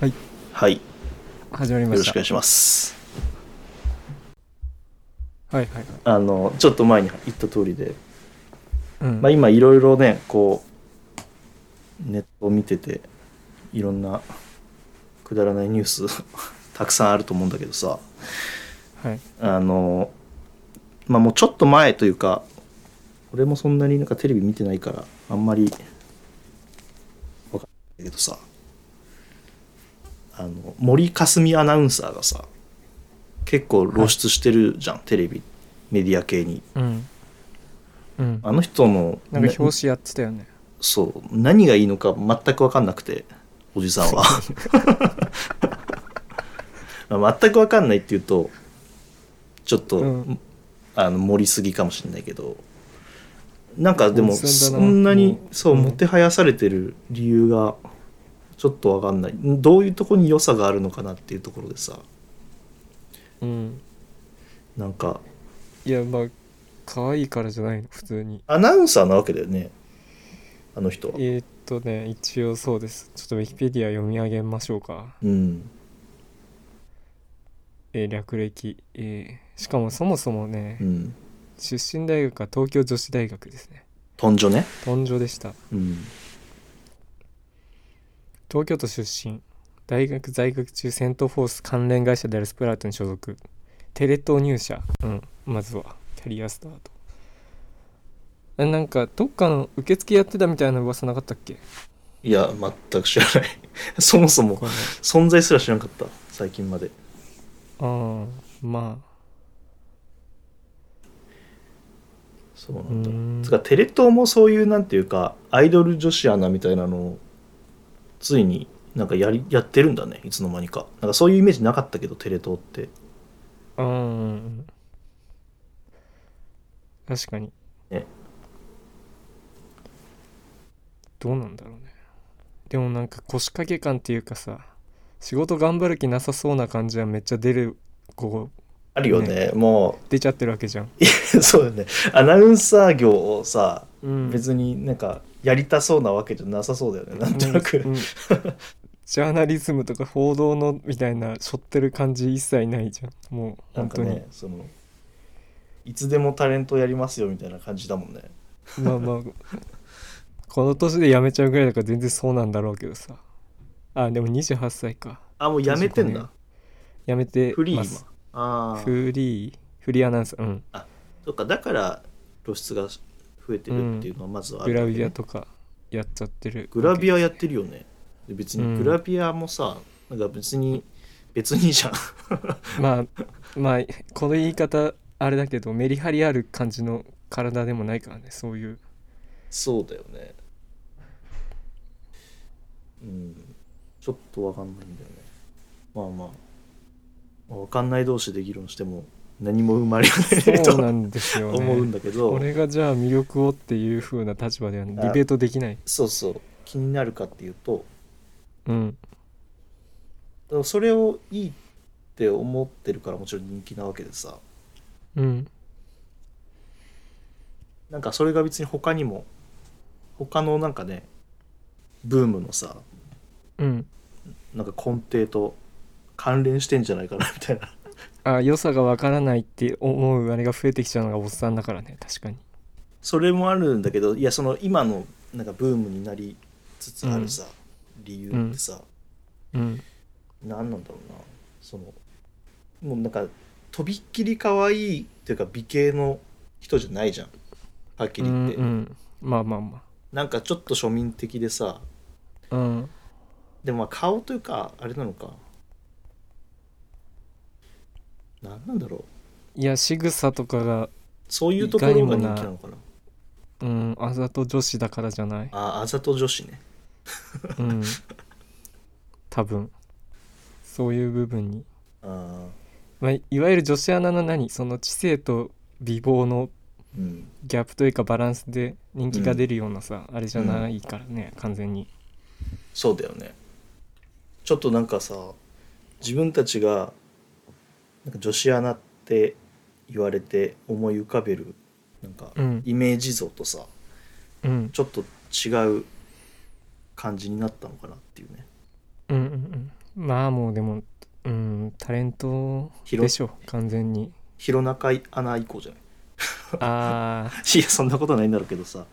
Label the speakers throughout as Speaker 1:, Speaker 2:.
Speaker 1: はい
Speaker 2: はい。よ
Speaker 1: 始まりま
Speaker 2: ろ
Speaker 1: し
Speaker 2: しく
Speaker 1: た
Speaker 2: お願いします。
Speaker 1: はいはいはい
Speaker 2: あの、ちょっと前に言った通りで、
Speaker 1: うん
Speaker 2: まあ今いろいろね、こう、ネットを見てて、いろんなくだらないニュース たくさんあると思うんだけどさ、
Speaker 1: はい
Speaker 2: あの、まあもうちょっと前というか、俺もそんなになんかテレビ見てないから、あんまりわかんないんだけどさ、あの、森かすみアナウンサーがさ、結構露出してるじゃん、テレビ、メディア系に。
Speaker 1: うんうん
Speaker 2: あの人の、
Speaker 1: なん
Speaker 2: ね
Speaker 1: か表紙やってたよね
Speaker 2: そう何がいいのか全く分かんなくておじさ んはまあ全く分かんないっていうとちょっと、
Speaker 1: うん
Speaker 2: あの盛りすぎかもしれないけどなんかでも
Speaker 1: おじさんだ
Speaker 2: そ
Speaker 1: なん
Speaker 2: なに
Speaker 1: もう
Speaker 2: そう
Speaker 1: うん
Speaker 2: もてはやされてる理由がちょっと分かんないどういうとこに良さがあるのかなっていうところでさ
Speaker 1: うん
Speaker 2: なんか
Speaker 1: いやまあ可愛いからじゃないの普通に
Speaker 2: アナウンサーなわけだよねあの人は。
Speaker 1: えーっとね一応そうですちょっとウィキペディア読み上げましょうか
Speaker 2: うん
Speaker 1: えー略歴えーしかもそもそもね、
Speaker 2: うん、
Speaker 1: 出身大学は東京女子大学ですね
Speaker 2: トンジョね、
Speaker 1: トンジョでした
Speaker 2: うん、
Speaker 1: 東京都出身大学在学中セントフォース関連会社であるスプラウトに所属テレ東入社、うん、まずはキャリアスタートえなんかどっかの受付やってたみたいな噂なかったっけ
Speaker 2: いや全く知らない そもそも
Speaker 1: これ
Speaker 2: 存在すら知らなかった最近まで
Speaker 1: ああまあ
Speaker 2: そうな
Speaker 1: うー
Speaker 2: んだ
Speaker 1: ん
Speaker 2: つかテレ東もそういうなんていうかアイドル女子アナみたいなのをついになんかやりやってるんだねいつの間にかなんかそういうイメージなかったけどテレ東って
Speaker 1: うん確かに
Speaker 2: ね
Speaker 1: どうなんだろうねでもなんか腰掛け感っていうかさ仕事頑張る気なさそうな感じはめっちゃ出るこう
Speaker 2: あるよねも
Speaker 1: 出ちゃってるわけじゃん、
Speaker 2: う そうだねアナウンサー業をさ
Speaker 1: うん
Speaker 2: 別になんかやりたそうなわけじゃなさそうだよねなんとなく
Speaker 1: うんジャーナリズムとか報道のみたいなしょってる感じ一切ないじゃんもう
Speaker 2: な
Speaker 1: 本
Speaker 2: んか
Speaker 1: 当に、
Speaker 2: ねそのいつでもタレントやりますよみたいな感じだもんね
Speaker 1: まあまあこの年で辞めちゃうぐらいだから全然そうなんだろうけどさあでも28歳か
Speaker 2: あもうやめてんだ
Speaker 1: 辞めて
Speaker 2: フリー
Speaker 1: ま
Speaker 2: 今
Speaker 1: す
Speaker 2: ああ
Speaker 1: フリーフリーアナウンサーうん
Speaker 2: そっかだから露出が増えてるっていうのはまずはあ
Speaker 1: グ
Speaker 2: る
Speaker 1: ラ
Speaker 2: わけね、
Speaker 1: ビアとかやっちゃってる
Speaker 2: グラビ
Speaker 1: ア
Speaker 2: アやってるよねで別
Speaker 1: う
Speaker 2: に
Speaker 1: ん
Speaker 2: グラビアもさ、なんか別に別にじゃん
Speaker 1: まあまあこの言い方あれだけどメリハリある感じの体でもないからねそう いう
Speaker 2: そうだよねうんちょっとわかんないんだよねまあまあまあわかんない同士で議論しても何も生まれない
Speaker 1: そうな
Speaker 2: と
Speaker 1: んですよね
Speaker 2: 思うんだけど
Speaker 1: 俺がじゃあ魅力をっていう風な立場ではディベートできない
Speaker 2: そうそう気になるかっていうと
Speaker 1: うん
Speaker 2: でもそれをいいって思ってるからもちろん人気なわけでさ、
Speaker 1: うん
Speaker 2: なんかそれが別に他にも他のなんかねブームのさ
Speaker 1: うん
Speaker 2: なんか根底と関連してんじゃないかなみた いな
Speaker 1: あ良さがわからないって思うあれが増えてきちゃうのがおっさんだからね確かに
Speaker 2: それもあるんだけどいやその今のなんかブームになりつつあるさ、理由ってさ、
Speaker 1: うん
Speaker 2: 何なんだろうなそのもうなんかとびっきり可愛いっていうか美形の人じゃないじゃんはっきり言って、
Speaker 1: うんうんまあまあま
Speaker 2: なんかちょっと庶民的でさ
Speaker 1: あうん
Speaker 2: でもまあ顔というかあれなのか何なんだろう
Speaker 1: いや仕草とかが
Speaker 2: そういうところが
Speaker 1: いかにも
Speaker 2: 人気
Speaker 1: な
Speaker 2: なのかな
Speaker 1: うんあざと女子だからじゃない
Speaker 2: ああざと女子ね
Speaker 1: うん多分そういう部分に、
Speaker 2: あ
Speaker 1: まあ、いわゆる女子アナの何その知性と美貌の
Speaker 2: ーうん
Speaker 1: ギャップというかバランスで人気が出るようなさ、あれじゃないからね、完全に
Speaker 2: そうだよねちょっとなんかさ自分たちがなんか女子アナって言われて思い浮かべるなんか
Speaker 1: うん
Speaker 2: イメージ像とさ
Speaker 1: うん
Speaker 2: ちょっと違う感じになったのかなっていうね
Speaker 1: うんうんうんまあもうでもうんタレントでしょ完全 に
Speaker 2: 弘中アナ以降じゃない
Speaker 1: あ あ
Speaker 2: いやそんなことないんだろうけどさ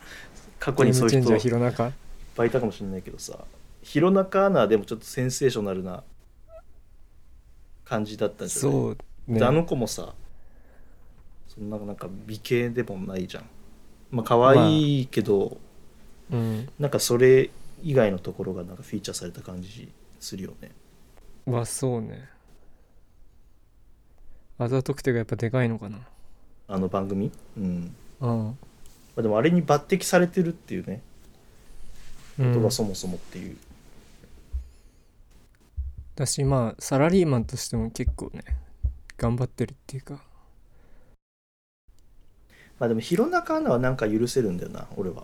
Speaker 2: 過
Speaker 1: ゲ
Speaker 2: 去に
Speaker 1: ー
Speaker 2: そう
Speaker 1: ムチ
Speaker 2: い
Speaker 1: ェ
Speaker 2: う
Speaker 1: ンジャー
Speaker 2: 人いっ
Speaker 1: 弘中
Speaker 2: ぱいいたかもしれないけどさ弘中アナはでもちょっとセンセーショナルな感じだったんじゃない
Speaker 1: そうね
Speaker 2: であの子もさそんななんか美形でもないじゃんまあ可愛いけど、
Speaker 1: うん
Speaker 2: なんかそれ以外のところがなんかフィーチャーされた感じするよね
Speaker 1: はそうねあざとくてがやっぱでかいのかな
Speaker 2: あの番組うん、
Speaker 1: うん、
Speaker 2: まあ、でもあれに抜擢されてるっていうね
Speaker 1: う
Speaker 2: こと
Speaker 1: ん
Speaker 2: が、そもそもっていう、
Speaker 1: だしまあサラリーマンとしても結構ね頑張ってるっていうか
Speaker 2: まあでも弘中アナはなんか許せるんだよな俺は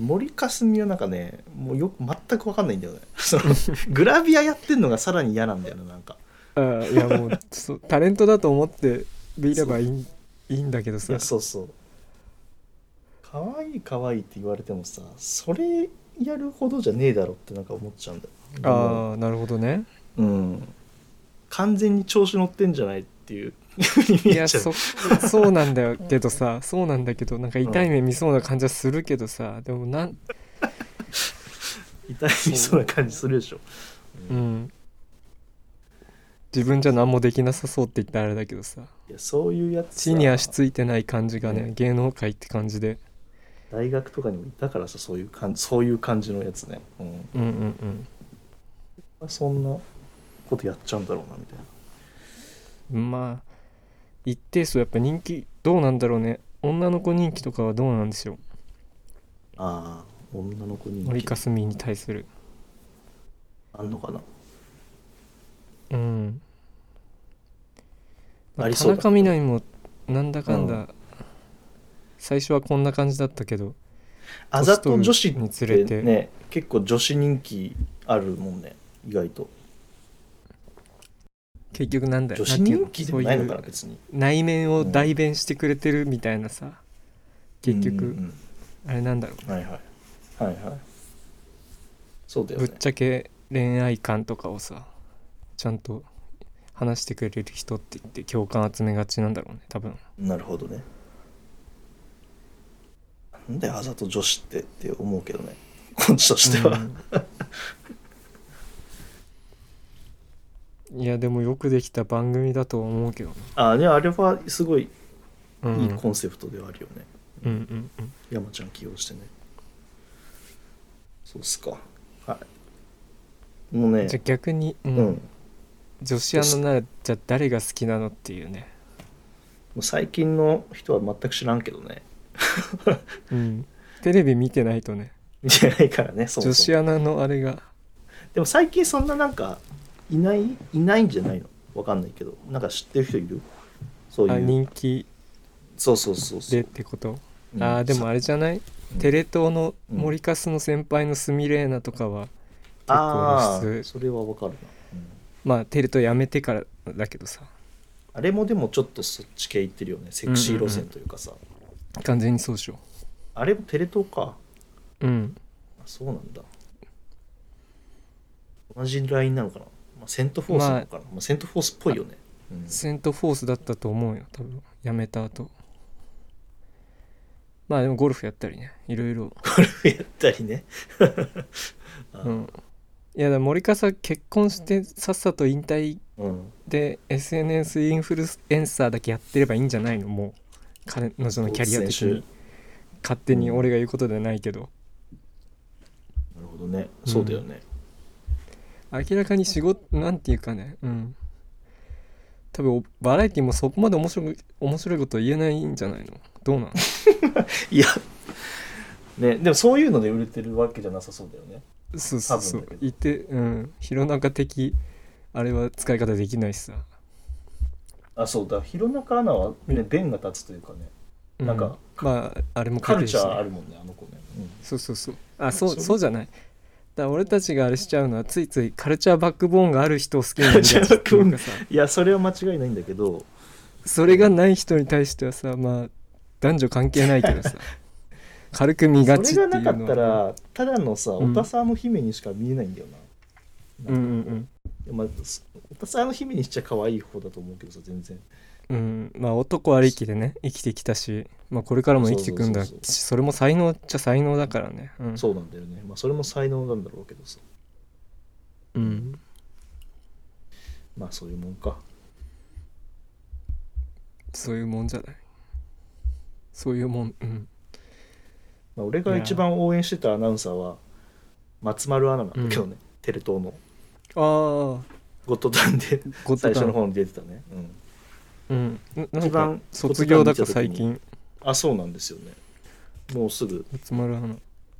Speaker 2: 森かすみはなんかねもうよく全く分かんないんだよねそ のグラビアやってんのがさらに嫌なんだよななんか
Speaker 1: あいやもうそうタレントだと思っていればいいいいんだけど
Speaker 2: い
Speaker 1: さ
Speaker 2: やそうそう可愛い可愛いって言われてもさそれやるほどじゃねえだろってなんか思っちゃうんだよ
Speaker 1: ああなるほどね
Speaker 2: うん完全に調子乗ってんじゃないっていう 風に
Speaker 1: い
Speaker 2: 見え
Speaker 1: や
Speaker 2: ちゃう
Speaker 1: そ そうなんだよけどさそうなんだけどなんか痛い目見そうな感じはするけどさでもなん
Speaker 2: 痛いそうな感じするでしょ
Speaker 1: うん自分じゃ何もできなさそうって言ったらあれだけどさ
Speaker 2: いやそういうやつさ
Speaker 1: 地に足ついてない感じがね
Speaker 2: うん
Speaker 1: 芸能界って感じで
Speaker 2: 大学とかにもいたからさそういう感じそういう感じのやつね、うん
Speaker 1: うんうん
Speaker 2: そんなことやっちゃうんだろうなみたいな
Speaker 1: うんまあ一定数やっぱ人気どうなんだろうね女の子人気とかはどうなんでしょう
Speaker 2: ああ女の子に
Speaker 1: 森かすみに対する
Speaker 2: あんのかな
Speaker 1: うん
Speaker 2: あり
Speaker 1: 田
Speaker 2: そうだ
Speaker 1: 中みな実もなんだかんだ、
Speaker 2: うん
Speaker 1: 最初はこんな感じだったけど
Speaker 2: あざと女子っ
Speaker 1: 年
Speaker 2: て
Speaker 1: 取るにつれて
Speaker 2: ね結構女子人気あるもんね意外と
Speaker 1: 結局なんだよ
Speaker 2: 女子人
Speaker 1: んて
Speaker 2: 気
Speaker 1: いう
Speaker 2: でもないのか
Speaker 1: そ
Speaker 2: な
Speaker 1: ういう
Speaker 2: 別に
Speaker 1: 内面を代弁してくれてるみたいなさ、結
Speaker 2: うん
Speaker 1: 局あれなんだろ
Speaker 2: うんはいはいはいはいそうだ
Speaker 1: う
Speaker 2: よ
Speaker 1: ぶ
Speaker 2: ね
Speaker 1: っちゃけ恋愛観とかをさちゃんと話してくれる人って言って共感集めがちなんだろうね多分
Speaker 2: なるほどねなんであざと女子ってって思うけどねこっちとしては、
Speaker 1: うんいやでもよくできた番組だとは思うけどね
Speaker 2: あねあれはすごい
Speaker 1: うん
Speaker 2: いいコンセプトではあるよね、
Speaker 1: うんうんうん
Speaker 2: 山ちゃん起用してねそうっすかはいもうね
Speaker 1: じゃあ逆に、う
Speaker 2: うんんも
Speaker 1: 女子アナならじゃあ誰が好きなのっていうね、
Speaker 2: う最近の人は全く知らんけどね
Speaker 1: うん、テレビ見てないとね
Speaker 2: 見てないからねそも
Speaker 1: 女
Speaker 2: そ
Speaker 1: 子
Speaker 2: も
Speaker 1: アナのあれが
Speaker 2: でも最近そんななんかいないいないんじゃないのわかんないけどなんか知ってる人いるそう
Speaker 1: あ
Speaker 2: いう
Speaker 1: 人気
Speaker 2: そうそうそうそ
Speaker 1: でっ
Speaker 2: う、
Speaker 1: てこと
Speaker 2: うん
Speaker 1: あーでもあれじゃない、テレ東の
Speaker 2: うん
Speaker 1: 森かすの先輩のスミレーナとかは結構
Speaker 2: あ
Speaker 1: 露出
Speaker 2: あそれはわかるな、うん
Speaker 1: まあテレ東辞めてからだけどさ
Speaker 2: あれもでもちょっとそっち系いってるよねセクシー路線というかさ、
Speaker 1: 完全にそうでしょ
Speaker 2: あれもテレ東か
Speaker 1: うん
Speaker 2: あそうなんだ同じラインなのかな、まあ、セントフォースなのかな、まあ、セントフォースっぽいよね、うん
Speaker 1: セント・フォースだったと思うよ多分辞めた後まあでもゴルフやったりねいろいろ
Speaker 2: ゴルフやったりねあ
Speaker 1: うんいやだから森川さん結婚してさっさと引退
Speaker 2: うん
Speaker 1: で SNS インフルエンサーだけやってればいいんじゃないのもう彼女のキャリア的に
Speaker 2: 選
Speaker 1: 勝手に俺が言うことではないけど
Speaker 2: 手なるほどねそうだよね、
Speaker 1: 明らかに仕事なんていうかねうん多分おバラエティもそこまで面白く面白いこと言えないんじゃないのどうなの
Speaker 2: いやねでもそういうので売れてるわけじゃなさそうだよね
Speaker 1: そうそうそ
Speaker 2: 多分だ
Speaker 1: う
Speaker 2: けど
Speaker 1: いてうん弘中的あれは使い方できないしさ、
Speaker 2: あそうだ弘中アナはね弁が立つというかね
Speaker 1: う
Speaker 2: なんか
Speaker 1: まああれも
Speaker 2: カ
Speaker 1: 書いて
Speaker 2: ル
Speaker 1: るし
Speaker 2: チ
Speaker 1: ね
Speaker 2: ャーあるもんねあの子ね、うん
Speaker 1: そうそうそうあそう
Speaker 2: それ
Speaker 1: そうじゃないだから俺たちがあれしちゃうのはついついカルチャーバックボーンがある人を好きになっちゃうって
Speaker 2: カルチャーバックボー
Speaker 1: い
Speaker 2: ン
Speaker 1: うかさ
Speaker 2: いやそれは間違いないんだけど
Speaker 1: それがない人に対してはさまあ男女関係ないけ どさ軽く見がちって
Speaker 2: そ
Speaker 1: い
Speaker 2: れ
Speaker 1: うの
Speaker 2: が
Speaker 1: は
Speaker 2: なかったらただのさ
Speaker 1: うん
Speaker 2: おたさの姫にしか見えないんだよな、
Speaker 1: うんうんうん
Speaker 2: まあ、す私あの姫にしちゃ可愛い方だと思うけどさ全然
Speaker 1: うんまあ男ありきでね生きてきたし、まあ、これからも生きていくんだ
Speaker 2: そうそうそうそ
Speaker 1: しそれも才能っちゃ才能だからねうん
Speaker 2: そうなんだよねまあそれも才能なんだろうけどさ
Speaker 1: うん
Speaker 2: まあそういうもんか
Speaker 1: そういうもんじゃないそういうもんうん
Speaker 2: まあ、俺が一番応援してたアナウンサーは松丸アナなんだけどね、テレ東の
Speaker 1: ああ
Speaker 2: ゴッドタンで
Speaker 1: ゴッド
Speaker 2: 最
Speaker 1: タ
Speaker 2: 初の
Speaker 1: ン
Speaker 2: 方に出てたね、うん、
Speaker 1: うんななんか
Speaker 2: 一番
Speaker 1: 卒業だから
Speaker 2: ゴッドタン
Speaker 1: 最
Speaker 2: 見た時に
Speaker 1: 近
Speaker 2: あそうなんですよねもうすぐ
Speaker 1: 松丸花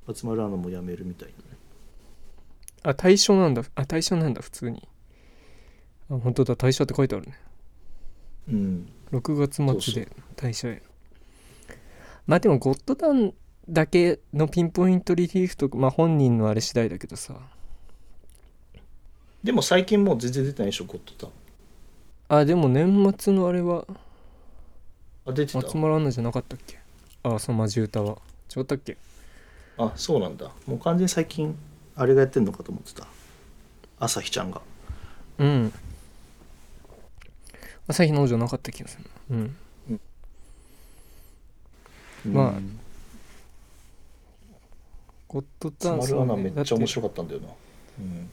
Speaker 2: 松丸アナも辞めるみたいなね
Speaker 1: あ対象なんだあ対象なんだ普通にあ本当だ対象って書いてあるね
Speaker 2: うん
Speaker 1: 6
Speaker 2: そう
Speaker 1: 月末で退社へまあでもゴッドタンだけのピンポイントリリーフとかまあ本人のあれ次第だけどさ
Speaker 2: でも最近もう全然出てないでしょゴッドタン
Speaker 1: あでも年末のあれは
Speaker 2: あ出てた
Speaker 1: 松丸アナじゃなかったっけあそのマジ歌は違ったっけ
Speaker 2: あそうなんだもう完全に最近あれがやってんのかと思ってた朝日ちゃんが
Speaker 1: うん朝日の王女なかった気がするなうんまあ
Speaker 2: うん
Speaker 1: ゴッドタン
Speaker 2: 松丸アナ
Speaker 1: そうね
Speaker 2: めっちゃ面
Speaker 1: だ
Speaker 2: 白かったんだよな、うん、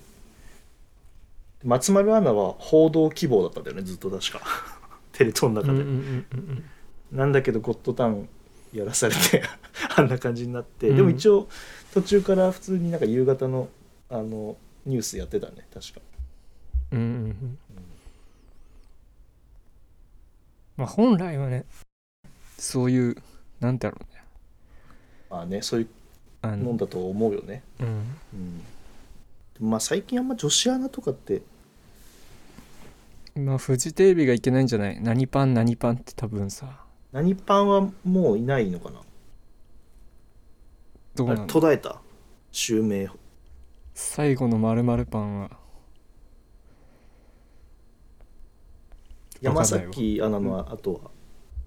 Speaker 2: 松丸アナは報道希望だったんだよねずっと確か テレ東の
Speaker 1: てう
Speaker 2: 中
Speaker 1: ん
Speaker 2: で、
Speaker 1: うんうんうんうん
Speaker 2: なんだけどゴッドタウンやらされて あんな感じになって、
Speaker 1: うん
Speaker 2: でも一応途中から普通になんか夕方のあのニュースやってたね確か
Speaker 1: うんうんうんまあ本来はねそういうなんだろうね
Speaker 2: まあねそういう
Speaker 1: あ
Speaker 2: もん
Speaker 1: の
Speaker 2: だと思うよね、
Speaker 1: うん
Speaker 2: うん、でもまあ最近あんま女子アナとかって
Speaker 1: まあフジテレビがいけないんじゃない何パン何パンって多分さ
Speaker 2: 何パンはもういないのかな
Speaker 1: どうな
Speaker 2: あれ
Speaker 1: の
Speaker 2: 途絶えた襲名
Speaker 1: 最後の〇〇パンは
Speaker 2: 山崎アナの後は、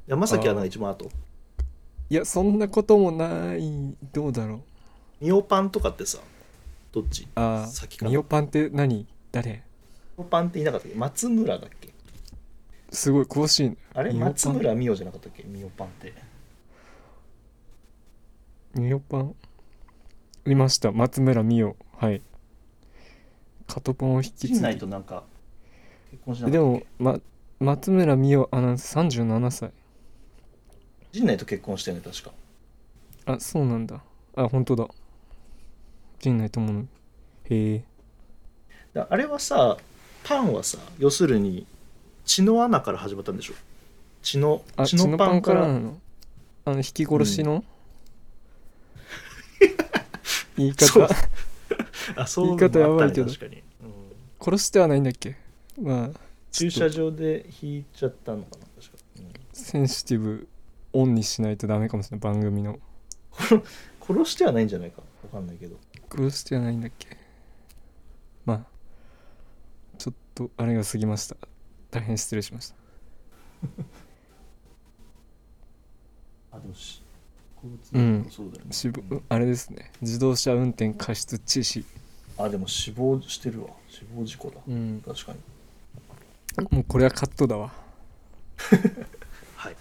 Speaker 2: 山崎アナが一番後
Speaker 1: いやそんなこともないどうだろう
Speaker 2: ミオパンとかってさどっち
Speaker 1: あ
Speaker 2: 先
Speaker 1: あ
Speaker 2: かな
Speaker 1: ミオパンって何誰
Speaker 2: ミオパンっていなかったっけ松村だっけ
Speaker 1: すごい詳しいね
Speaker 2: あれ
Speaker 1: ミオパン
Speaker 2: 松村美桜じゃなかったっけミオパンって
Speaker 1: ミオパンいました松村美桜はいカトパンを引き継
Speaker 2: 陣内
Speaker 1: ぎ
Speaker 2: となんか結婚しな
Speaker 1: えで
Speaker 2: かった
Speaker 1: も、ま、松村美桜アナウンサー37歳
Speaker 2: 陣内と結婚してね確か
Speaker 1: あそうなんだあ本当だ陣内智則へえ
Speaker 2: だあれはさパンはさ要するに血の穴から始まったんでしょ血の
Speaker 1: あ
Speaker 2: 血
Speaker 1: 血
Speaker 2: の
Speaker 1: の
Speaker 2: パ
Speaker 1: パ
Speaker 2: ン
Speaker 1: ン
Speaker 2: か
Speaker 1: かららなのあの引き殺しの、 言い
Speaker 2: そう
Speaker 1: 方
Speaker 2: あそういうの
Speaker 1: 言い方やばい
Speaker 2: あった
Speaker 1: け
Speaker 2: ね
Speaker 1: ど
Speaker 2: 確かに、うん
Speaker 1: 殺してはないんだっけまあ
Speaker 2: 駐車場で引いちゃったのかな確か、う
Speaker 1: センシティブオンにしないとダメかもしれない番組の
Speaker 2: ん殺殺してはないんじゃないかわかんないけど
Speaker 1: 殺してはないんだっけまあちょっとあれが過ぎました大変失礼しました
Speaker 2: あでもし
Speaker 1: うん
Speaker 2: そうだよね
Speaker 1: 死亡あれですね自動車運転過失致死
Speaker 2: あでも死亡してるわ死亡事故だ
Speaker 1: うん
Speaker 2: 確かに
Speaker 1: もうこれはカットだわ
Speaker 2: はい、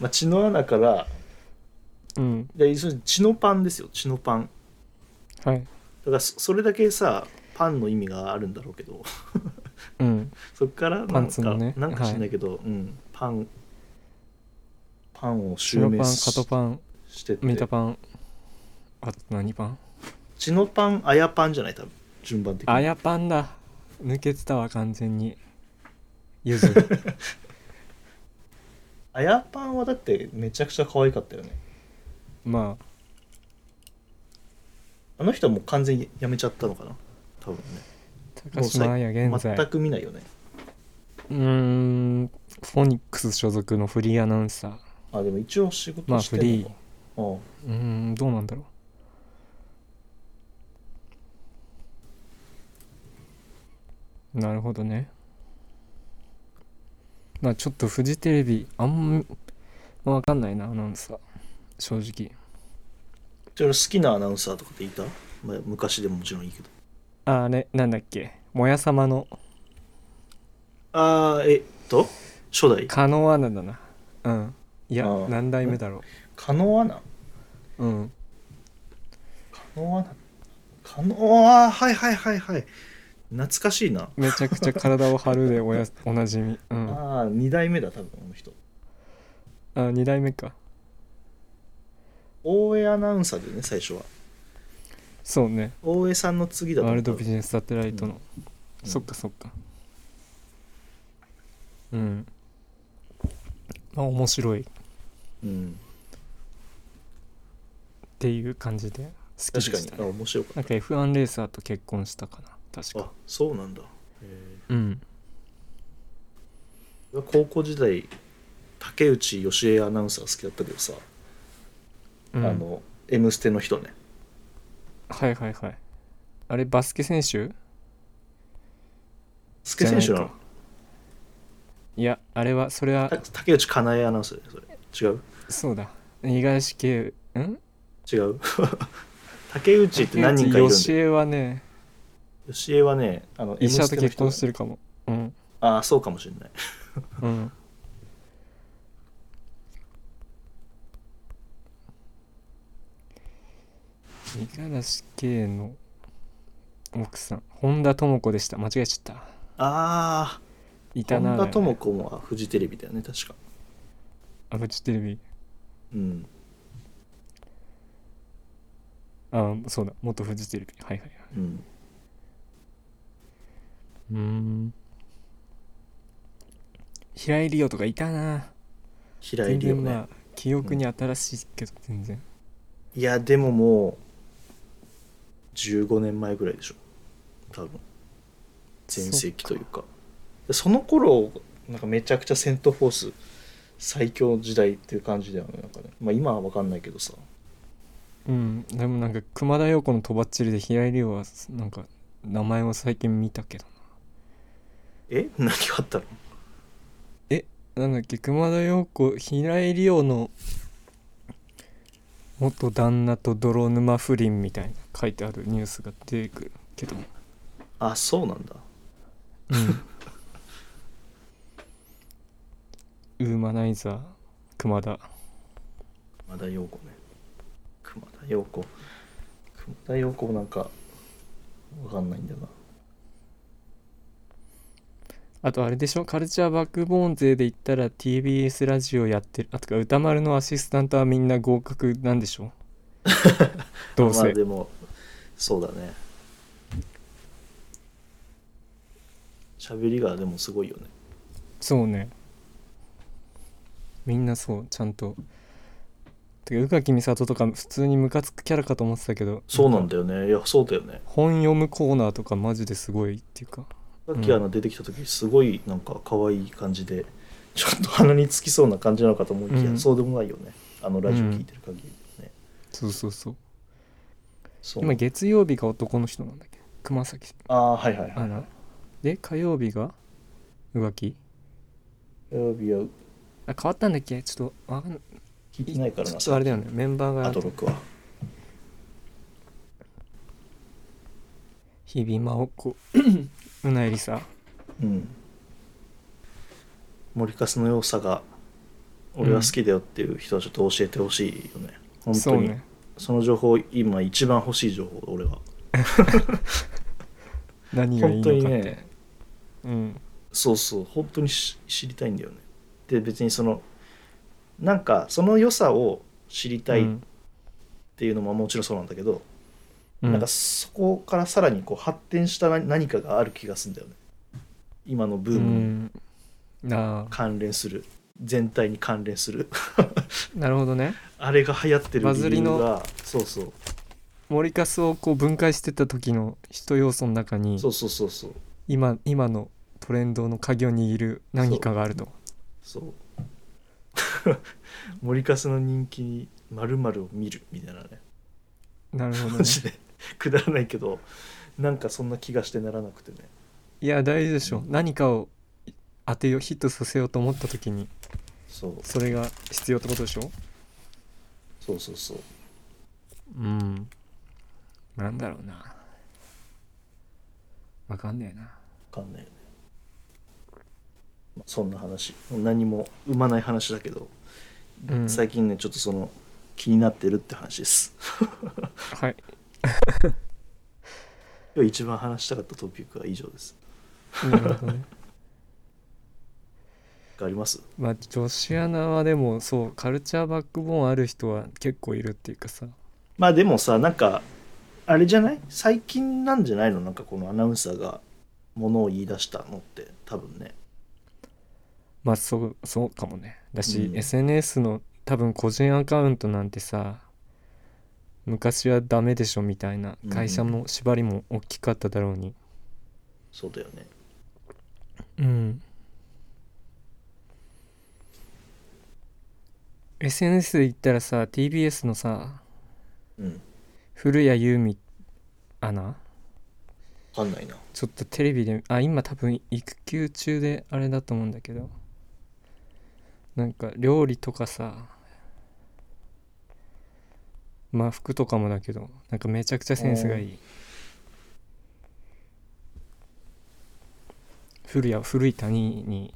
Speaker 2: まあ、血の穴から
Speaker 1: うん
Speaker 2: で要するに血のパンですよ血のパン
Speaker 1: はい
Speaker 2: だからそそれだけさパンの意味があるんだろうけど
Speaker 1: うん
Speaker 2: そっからなんか
Speaker 1: パンツのね
Speaker 2: なんか知んないけど、うん、パンパンを襲
Speaker 1: 白パン
Speaker 2: 名
Speaker 1: カ
Speaker 2: し
Speaker 1: トパン
Speaker 2: してて
Speaker 1: メタパンあと何パン
Speaker 2: 血のパンあやパンじゃない多分順番的に
Speaker 1: あやパンだ抜けてたわ完全にゆず
Speaker 2: あやパンはだってめちゃくちゃ可愛かったよね
Speaker 1: まあ
Speaker 2: あの人はもう完全にやめちゃったのかな多分ね
Speaker 1: 高島彩現在
Speaker 2: 全く見ないよね
Speaker 1: うーんフォニックス所属のフリーアナウンサー
Speaker 2: あでも一応仕
Speaker 1: ま
Speaker 2: 事
Speaker 1: あ
Speaker 2: してるのか、ああ
Speaker 1: うーんどうなんだろうなるほどねまあちょっとフジテレビあんままあわかんないなアナウンサー正直
Speaker 2: ちょっと好きなアナウンサーとかっていた、まあ、昔でももちろんいいけど
Speaker 1: ああれなんだっけもやさまの
Speaker 2: ああえっと初代
Speaker 1: カノアナだなうんいや
Speaker 2: あー
Speaker 1: 何代目だろ
Speaker 2: カノアナ
Speaker 1: ううん
Speaker 2: カノアナカノアはいはいはいはい懐かしいな、
Speaker 1: めちゃくちゃ体を張るでおやおなじみうんあ
Speaker 2: ああ2代目だ多分この人
Speaker 1: 2代目か
Speaker 2: 大江アナウンサーだよね最初は
Speaker 1: そうね
Speaker 2: 大江さんの次だと
Speaker 1: ワー
Speaker 2: 思
Speaker 1: ル
Speaker 2: う
Speaker 1: ドビジネスサテライトの、
Speaker 2: うん
Speaker 1: そっかそっかうんまあ面白いっ
Speaker 2: うん
Speaker 1: ていう感じで好きで
Speaker 2: 確か
Speaker 1: した、
Speaker 2: にあ
Speaker 1: ね、
Speaker 2: 面白か
Speaker 1: なんか F1 レーサーと結婚したかな確
Speaker 2: ったあ
Speaker 1: か
Speaker 2: そうなんだえ
Speaker 1: うん
Speaker 2: ー高校時代竹内義恵アナウンサー好きだったけどさ、
Speaker 1: うん
Speaker 2: あの「M ステ」の人ね
Speaker 1: はいはいはいあれバスケ選手
Speaker 2: スケ選手なの
Speaker 1: いやあれはそれは
Speaker 2: た竹内かなえアナウンサーだよねそれ違う
Speaker 1: そうだ五十嵐圭うん
Speaker 2: 違う 竹内って何人かいるんだ
Speaker 1: 吉
Speaker 2: よ
Speaker 1: 江はね
Speaker 2: 吉江はねあの
Speaker 1: 医者と結婚して
Speaker 2: る
Speaker 1: るかもうん
Speaker 2: ああそうかもしれない
Speaker 1: うん五十嵐圭の奥さん本田智子でした間違えちゃった
Speaker 2: あ
Speaker 1: い
Speaker 2: あ
Speaker 1: たなだよ
Speaker 2: 本田
Speaker 1: ね
Speaker 2: 智子もフジテレビだよね確か
Speaker 1: あフジテレビ
Speaker 2: うん
Speaker 1: あそうだ元フジテレビはいはいはい
Speaker 2: う
Speaker 1: う
Speaker 2: ん
Speaker 1: ーん平井理央とかいたな
Speaker 2: 平井
Speaker 1: 全
Speaker 2: 理央
Speaker 1: 然
Speaker 2: ね
Speaker 1: まあ記憶に新しいけど全然
Speaker 2: いやでももう15年前ぐらいでしょ多分全盛期というかその頃なんかめちゃくちゃセント・フォース最強の時代っていう感じだよねなんかねまあ今は分かんないけどさ
Speaker 1: うんでもなんか熊田曜子のとばっちりで平井理央はなんか名前を最近見たけど
Speaker 2: え何があったの
Speaker 1: なんだっけ熊田曜子平井理央の元旦那と泥沼不倫みたいな書いてあるニュースが出てくるけど
Speaker 2: あそうなんだ
Speaker 1: うん ウーマナイザー熊田
Speaker 2: 熊田陽子ね熊田陽子熊田陽子もなんか分かんないんだよな
Speaker 1: あとあれでしょカルチャーバックボーン勢で言ったら TBS ラジオやってるあとか歌丸のアシスタントはみんな合格なんでし ょどう
Speaker 2: ま
Speaker 1: せ
Speaker 2: あでもそうだね喋りがでもすごいよね
Speaker 1: そうねみんなそうちゃんとてか宇垣美里とか普通にムカつくキャラかと思ってたけど
Speaker 2: そうなん
Speaker 1: か
Speaker 2: だよねいやそうだよね
Speaker 1: 本読むコーナーとかマジですごいっていうか
Speaker 2: さっきあの出てきた時すごいなんか可愛い感じでちょっと鼻につきそうな感じなのかと思いきや、
Speaker 1: うん
Speaker 2: そうでもないよねあのラジオ聞いてる限りね、
Speaker 1: そうそうそう
Speaker 2: そう
Speaker 1: 今月曜日が男の人なんだっけ熊崎
Speaker 2: ああはいはいは
Speaker 1: ア
Speaker 2: い
Speaker 1: ナで火曜日が宇垣
Speaker 2: 火曜日は
Speaker 1: あ変わったんだっけちょっとわかん
Speaker 2: 聞いてないからな
Speaker 1: ちょっとあれだよねメンバー
Speaker 2: あ
Speaker 1: が
Speaker 2: と6は
Speaker 1: 日々真央 子うなえりさ
Speaker 2: うん森かすの良さが俺は好きだよっていう人はちょっと教えてほしいよね、本
Speaker 1: そ
Speaker 2: 当
Speaker 1: う
Speaker 2: にそ,、
Speaker 1: ね
Speaker 2: の情報今一番欲しい情報俺は
Speaker 1: 何がいい
Speaker 2: 本当
Speaker 1: の
Speaker 2: に
Speaker 1: かって、
Speaker 2: ね
Speaker 1: うん
Speaker 2: そうそう本当にし知りたいんだよねで別にそのなんかその良さを知りたいっ
Speaker 1: うん
Speaker 2: ていうのももちろんそうなんだけど、
Speaker 1: うん
Speaker 2: なんかそこからさらにこう発展した何何かがある気がするんだよね今のブ
Speaker 1: う
Speaker 2: ームに
Speaker 1: んああ
Speaker 2: 関連する、全体に関連する
Speaker 1: なるほどね
Speaker 2: あれが流行ってる
Speaker 1: バズ
Speaker 2: 理
Speaker 1: り
Speaker 2: 由
Speaker 1: の
Speaker 2: がそうそう
Speaker 1: 森かすをこう分解してった時の人要素の中に
Speaker 2: そうそうそうそう
Speaker 1: 今今のトレンドの鍵を握る何かがあると
Speaker 2: そう 森かすの人気にまるを見るみたいなね
Speaker 1: なるほど
Speaker 2: マ
Speaker 1: ね
Speaker 2: ジでくだらないけどなんかそんな気がしてならなくてね
Speaker 1: いや大事でしょ何かを当てようヒットさせようと思った時に
Speaker 2: そう
Speaker 1: それが必要ってことでしょ
Speaker 2: そうそうそう
Speaker 1: うんなんだろうなわかんねえな
Speaker 2: わかんないよね、まあそんな話何も生まない話だけど、
Speaker 1: うん
Speaker 2: 最近ねちょっとその気になってるって話です
Speaker 1: はい
Speaker 2: 今日一番話したかったトピックは以上です
Speaker 1: なるほどね
Speaker 2: あります
Speaker 1: まあ女子アナはでもそうカルチャーバックボーンある人は結構いるっていうかさ
Speaker 2: まあでもさなんかあれじゃない最近なんじゃないのなんかこのアナウンサーがものを言い出したのって多分ね
Speaker 1: まあそうそうかもねだし、
Speaker 2: うん
Speaker 1: SNS の多分個人アカウントなんてさ昔はダメでしょみたいな
Speaker 2: うん
Speaker 1: 会社の縛りも大きかっただろうに
Speaker 2: そうだよね
Speaker 1: うん、SNS で言ったらさ TBS のさ
Speaker 2: うん
Speaker 1: 古谷優美アナ
Speaker 2: わかんないな
Speaker 1: ちょっとテレビであ今多分育休中であれだと思うんだけどなんか料理とかさまあ服とかもだけどなんかめちゃくちゃセンスがいい古谷古い谷に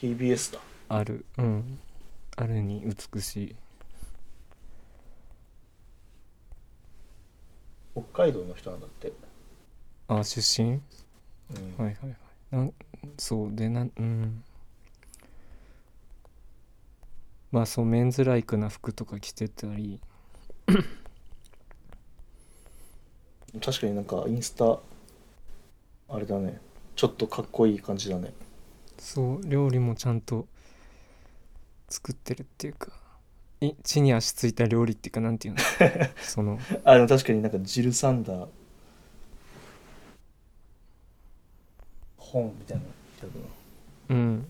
Speaker 2: TBS だ
Speaker 1: あるうんあるに美しい
Speaker 2: 北海道の人なんだって、
Speaker 1: あ出身
Speaker 2: うん
Speaker 1: はいはいはいなんそうでなんうんまあそうメンズライクな服とか着てたり
Speaker 2: 確かになんかインスタあれだねちょっとかっこいい感じだね
Speaker 1: そう料理もちゃんと作ってるっていうかい地に足ついた料理っていうかなんていうのその
Speaker 2: あでも確かになんかジル・サンダー本みたいなのやるな
Speaker 1: うん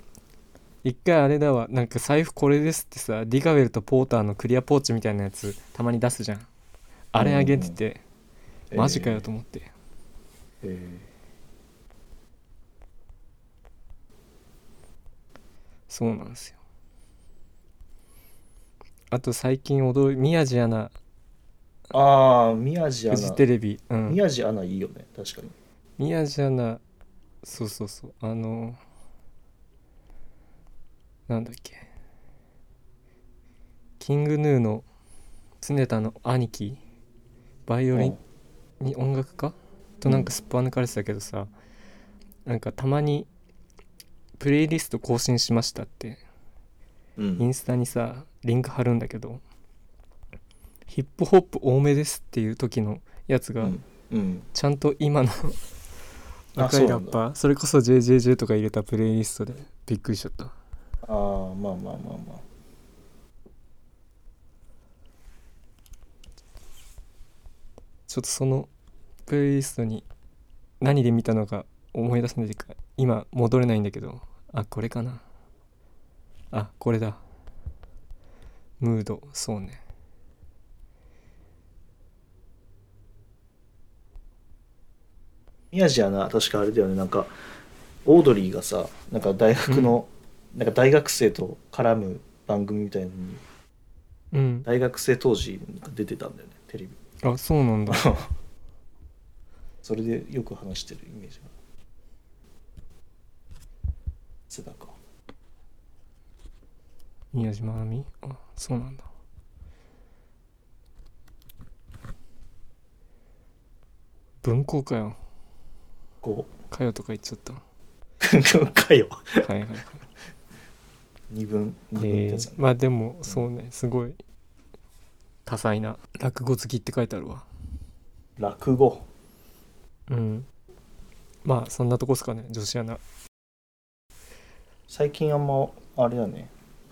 Speaker 1: 一回あれだわなんか財布これですってさディガウェルとポーターのクリアポーチみたいなやつたまに出すじゃんあれあげててマジかよと思って、
Speaker 2: えーえ
Speaker 1: そうなんですよあと最近踊る宮地アナ
Speaker 2: ーああ宮地ア
Speaker 1: フ
Speaker 2: ナ
Speaker 1: ジテレビ、うん、
Speaker 2: 宮地アナいいよね確かに
Speaker 1: 宮地アナそうそうそうあのなんだっけキングヌーの常田の兄貴バイオリンに音楽家となんかすっぱ抜かれてたけどさ、なんかたまにプレイリスト更新しましたって
Speaker 2: うん、
Speaker 1: インスタにさリンク貼るんだけどヒップホップ多めですっていう時のやつが、
Speaker 2: うんうん
Speaker 1: ちゃんと今の
Speaker 2: あ
Speaker 1: 若
Speaker 2: そ
Speaker 1: いう
Speaker 2: な
Speaker 1: ラ
Speaker 2: ん
Speaker 1: ッ
Speaker 2: だ
Speaker 1: パーそれこそ JJJ とか入れたプレイリストでびっくりしちゃった
Speaker 2: ああまあまあまあまあ
Speaker 1: ちょっとそのプレイリストに何で見たのか思い出せないというか今戻れないんだけどあこれかなあこれだムードそうね
Speaker 2: 宮地アナ確かあれだよねなんかオードリーがさなんか大学の、なんか大学生と絡む番組みたいなのに
Speaker 1: うん
Speaker 2: 大学生当時なんか出てたんだよねテレビ
Speaker 1: あそうなんだ
Speaker 2: それでよく話してるイメージが津田か
Speaker 1: 宮島亜美あそうなんだ文庫かよ
Speaker 2: こ
Speaker 1: かよとか言っちゃった
Speaker 2: うかよ
Speaker 1: はいはいはい
Speaker 2: 二分二分って
Speaker 1: え
Speaker 2: やつだ
Speaker 1: ー
Speaker 2: ね、
Speaker 1: まあでもそうねすごい多彩な落語好きって書いてあるわ
Speaker 2: 落語
Speaker 1: うんまあそんなとこっすかね女子アナ
Speaker 2: 最近あんまあれだね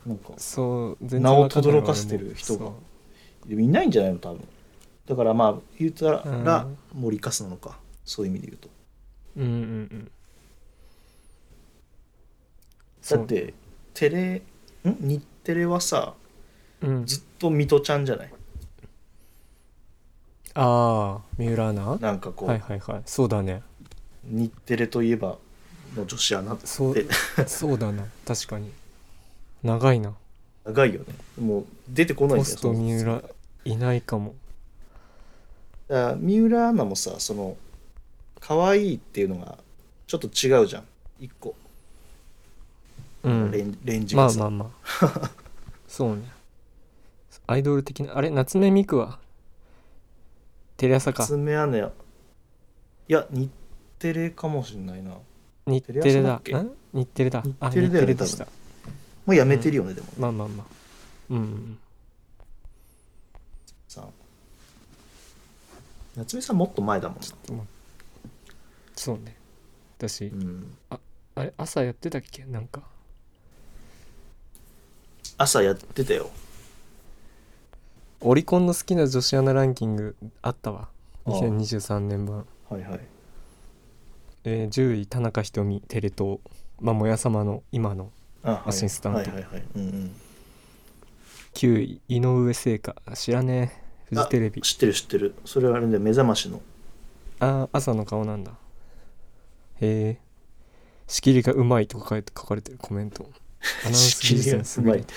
Speaker 2: なんか
Speaker 1: そう全
Speaker 2: 名を
Speaker 1: わかんないわ
Speaker 2: 轟かせてる人が
Speaker 1: 俺も
Speaker 2: でもいないんじゃないの多分だからまあ言うた
Speaker 1: うん
Speaker 2: ら森かすなのかそういう意味で言うと
Speaker 1: そううんうんうん
Speaker 2: だってテレん日テレはさ
Speaker 1: そううん
Speaker 2: ずっと水戸ちゃんじゃない
Speaker 1: ああ三浦アナ
Speaker 2: なんかこう、
Speaker 1: はいはいはいそうだね
Speaker 2: 日テレといえばの女子アナって
Speaker 1: そう そうだな確かに長いな
Speaker 2: 長いよねもう出てこない
Speaker 1: ポ
Speaker 2: じゃ
Speaker 1: ス
Speaker 2: ん
Speaker 1: ト
Speaker 2: その
Speaker 1: 三浦いないかも
Speaker 2: だから三浦アナもさその可愛いっていうのがちょっと違うじゃん一個
Speaker 1: うん
Speaker 2: レンレンジ
Speaker 1: ま
Speaker 2: が
Speaker 1: あ
Speaker 2: さ、
Speaker 1: まあまあ そうねアイドル的なあれ夏目ミクはテレ朝か
Speaker 2: 爪はねいや日テレかもしんないなも
Speaker 1: 日テ
Speaker 2: テ
Speaker 1: レ
Speaker 2: レ
Speaker 1: だ
Speaker 2: 朝だっけ
Speaker 1: ん日テレだあ
Speaker 2: 日テレ
Speaker 1: 日
Speaker 2: だよね
Speaker 1: テレでした
Speaker 2: うやめてるよね、でも
Speaker 1: まあまあまあうんうん
Speaker 2: さ夏目さんもっと前だもんな
Speaker 1: そうね私
Speaker 2: うん、
Speaker 1: あれ朝やってたっけなんか
Speaker 2: 朝やってたよ
Speaker 1: オリコンの好きな女子アナランキングあったわ
Speaker 2: ああ
Speaker 1: 2023年版
Speaker 2: はいはい
Speaker 1: えー10位田中瞳テレ東まあもや様の今の
Speaker 2: あ、はい、
Speaker 1: アシスタント
Speaker 2: はいはいはいうんうん
Speaker 1: 9位井上聖華知らねえフジテレビ
Speaker 2: 知ってる知ってるそれはあれで目覚ましの
Speaker 1: ああ朝の顔なんだへえ仕切りがうまいとか書いて書かれてるコメントアナウンス技術に
Speaker 2: 仕切り
Speaker 1: 優
Speaker 2: がうま
Speaker 1: れ
Speaker 2: い
Speaker 1: て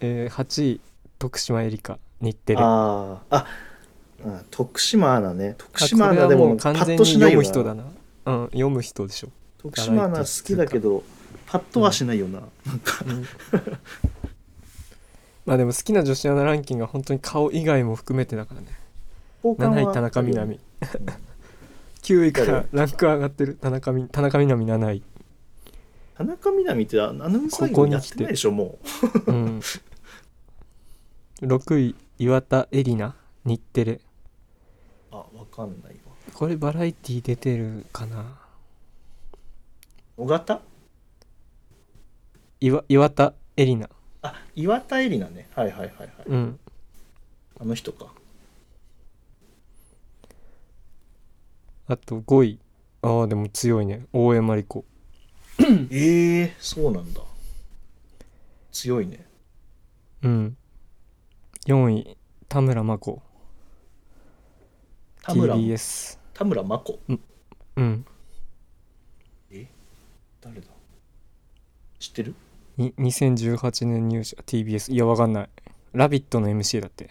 Speaker 1: えー8位徳島えりか日テレあ
Speaker 2: あーああ徳島アナね徳島ア
Speaker 1: これ
Speaker 2: ナ
Speaker 1: は
Speaker 2: で
Speaker 1: も
Speaker 2: も
Speaker 1: う
Speaker 2: パ
Speaker 1: 完
Speaker 2: ッ
Speaker 1: 全
Speaker 2: と
Speaker 1: に
Speaker 2: しな
Speaker 1: 読
Speaker 2: いよ
Speaker 1: む人だ
Speaker 2: な
Speaker 1: なうん読む人でしょ、
Speaker 2: 徳島アナ好きだけどパッとはしないよな、なんか
Speaker 1: うんまあでも好きな女子アナランキングは本当に顔以外も含めてだからね
Speaker 2: 好感は
Speaker 1: 7位田中みな実
Speaker 2: うん
Speaker 1: 9位からランク上がってる田中み田中みな実7位
Speaker 2: 田中みな実ってアナウンサー業やってないでしょもう
Speaker 1: うん、6位岩田絵里奈日テレ
Speaker 2: あわかんないわ
Speaker 1: これバラエティ出てるかな
Speaker 2: 尾形
Speaker 1: 岩岩田絵里奈
Speaker 2: あ岩田絵里奈ねはいはいはいはい
Speaker 1: うん
Speaker 2: あの人か
Speaker 1: あと5位ああでも強いね大江真理子
Speaker 2: ええそうなんだ強いね
Speaker 1: うん4位田村真子
Speaker 2: 田村
Speaker 1: TBS
Speaker 2: 田村真子
Speaker 1: うん
Speaker 2: 誰だ知ってる
Speaker 1: に2018年入社 TBS いやわかんない「ラビット!」の MC だって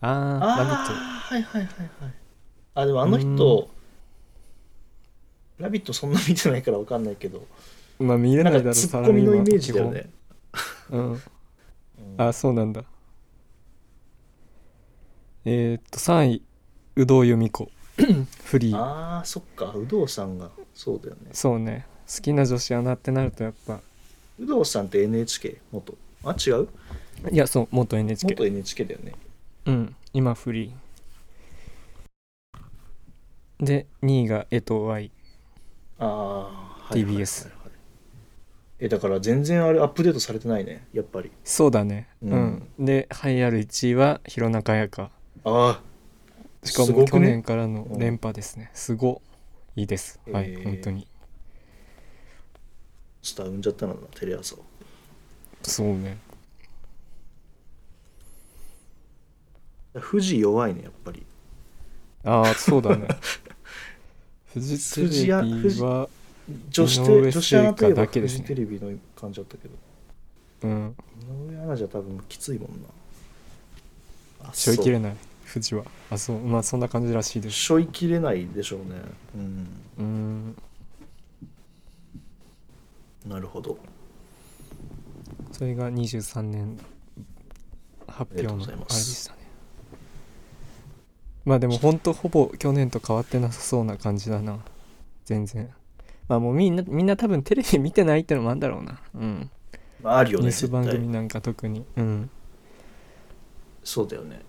Speaker 1: あー
Speaker 2: あ
Speaker 1: ラビット!」
Speaker 2: あはいはいはいはいあでもあの人「ラビット!」そんな見てないからわかんないけど
Speaker 1: まあ見れ
Speaker 2: な
Speaker 1: ないだろ
Speaker 2: んか
Speaker 1: う
Speaker 2: ツ
Speaker 1: サ
Speaker 2: ッ
Speaker 1: ラ
Speaker 2: コミ
Speaker 1: リー
Speaker 2: の
Speaker 1: マ
Speaker 2: イ
Speaker 1: ン
Speaker 2: メージだよね
Speaker 1: うん
Speaker 2: うん
Speaker 1: あそうなんだえーっと3位有働由美 子フリー
Speaker 2: あーそっか有働さんがそうだよね
Speaker 1: そうね好きな女子アナってなるとやっぱ
Speaker 2: 有働さんって NHK 元あ違う
Speaker 1: いやそう元 NHK
Speaker 2: 元 NHK だよね
Speaker 1: うん今フリーで2位が江藤愛
Speaker 2: ああ
Speaker 1: TBS
Speaker 2: えだから全然あれアップデートされてないねやっぱり
Speaker 1: そうだねう
Speaker 2: うんん、
Speaker 1: で栄えある1位は弘中綾香
Speaker 2: ああ
Speaker 1: しか
Speaker 2: す
Speaker 1: も
Speaker 2: ご
Speaker 1: 去
Speaker 2: くね
Speaker 1: 年からの連覇ですねすごいいですはい、
Speaker 2: へー
Speaker 1: 本当に
Speaker 2: ちょっと産んじゃったのなテレ朝を
Speaker 1: そうね
Speaker 2: 富士弱いねやっぱり
Speaker 1: ああそうだ ねフジテレビ
Speaker 2: フジ
Speaker 1: は
Speaker 2: 女子
Speaker 1: 井上
Speaker 2: テ女子アナといえ
Speaker 1: 聖華
Speaker 2: ば
Speaker 1: だけ
Speaker 2: フ
Speaker 1: です
Speaker 2: ジ
Speaker 1: ね
Speaker 2: テレビの感じだったけど
Speaker 1: うん
Speaker 2: 井上アナじゃ多分きついもんなあ
Speaker 1: しょい
Speaker 2: そう
Speaker 1: きれない富士はあそうまあそんな感じらしいです
Speaker 2: しょいきれないでしょうねうん
Speaker 1: うん
Speaker 2: なるほど
Speaker 1: それが23年発表のあ
Speaker 2: ありがとうご
Speaker 1: れ
Speaker 2: ざい
Speaker 1: で
Speaker 2: ます
Speaker 1: したねまあでもほんとほぼ去年と変わってなさそうな感じだな全然まあもうみんなみんな多分テレビ見てないってのもあるんだろうなうん
Speaker 2: まああるよ
Speaker 1: ニュ
Speaker 2: ね
Speaker 1: ース
Speaker 2: 絶
Speaker 1: 番
Speaker 2: 対
Speaker 1: 組なんか特にうん
Speaker 2: そうだよね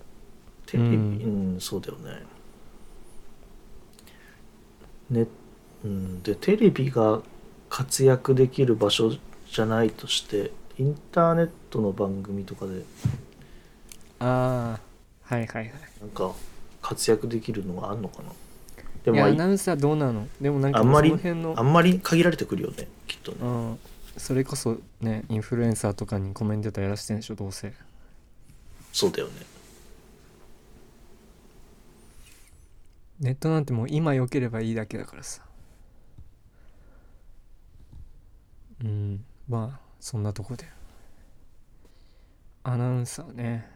Speaker 2: テレビう、
Speaker 1: うん
Speaker 2: そうだよねね、うん、でテレビが活躍できる場所じゃないとしてインターネットの番組とかで
Speaker 1: ああはいはいはい
Speaker 2: なんか活躍できるのはあんのかなで
Speaker 1: いや
Speaker 2: も
Speaker 1: ア
Speaker 2: ま
Speaker 1: ナウンサーどうなのでもなんか
Speaker 2: あ
Speaker 1: そ
Speaker 2: んま
Speaker 1: の
Speaker 2: り
Speaker 1: 辺の
Speaker 2: ああんまり限られてくるよねきっと
Speaker 1: う
Speaker 2: ね
Speaker 1: ん、それこそねインフルエンサーとかにコメンテーターやらしてんでしょどうせ
Speaker 2: そうだよね
Speaker 1: ネットなんてもう今良ければいいだけだからさうんまあそんなとこでアナウンサーね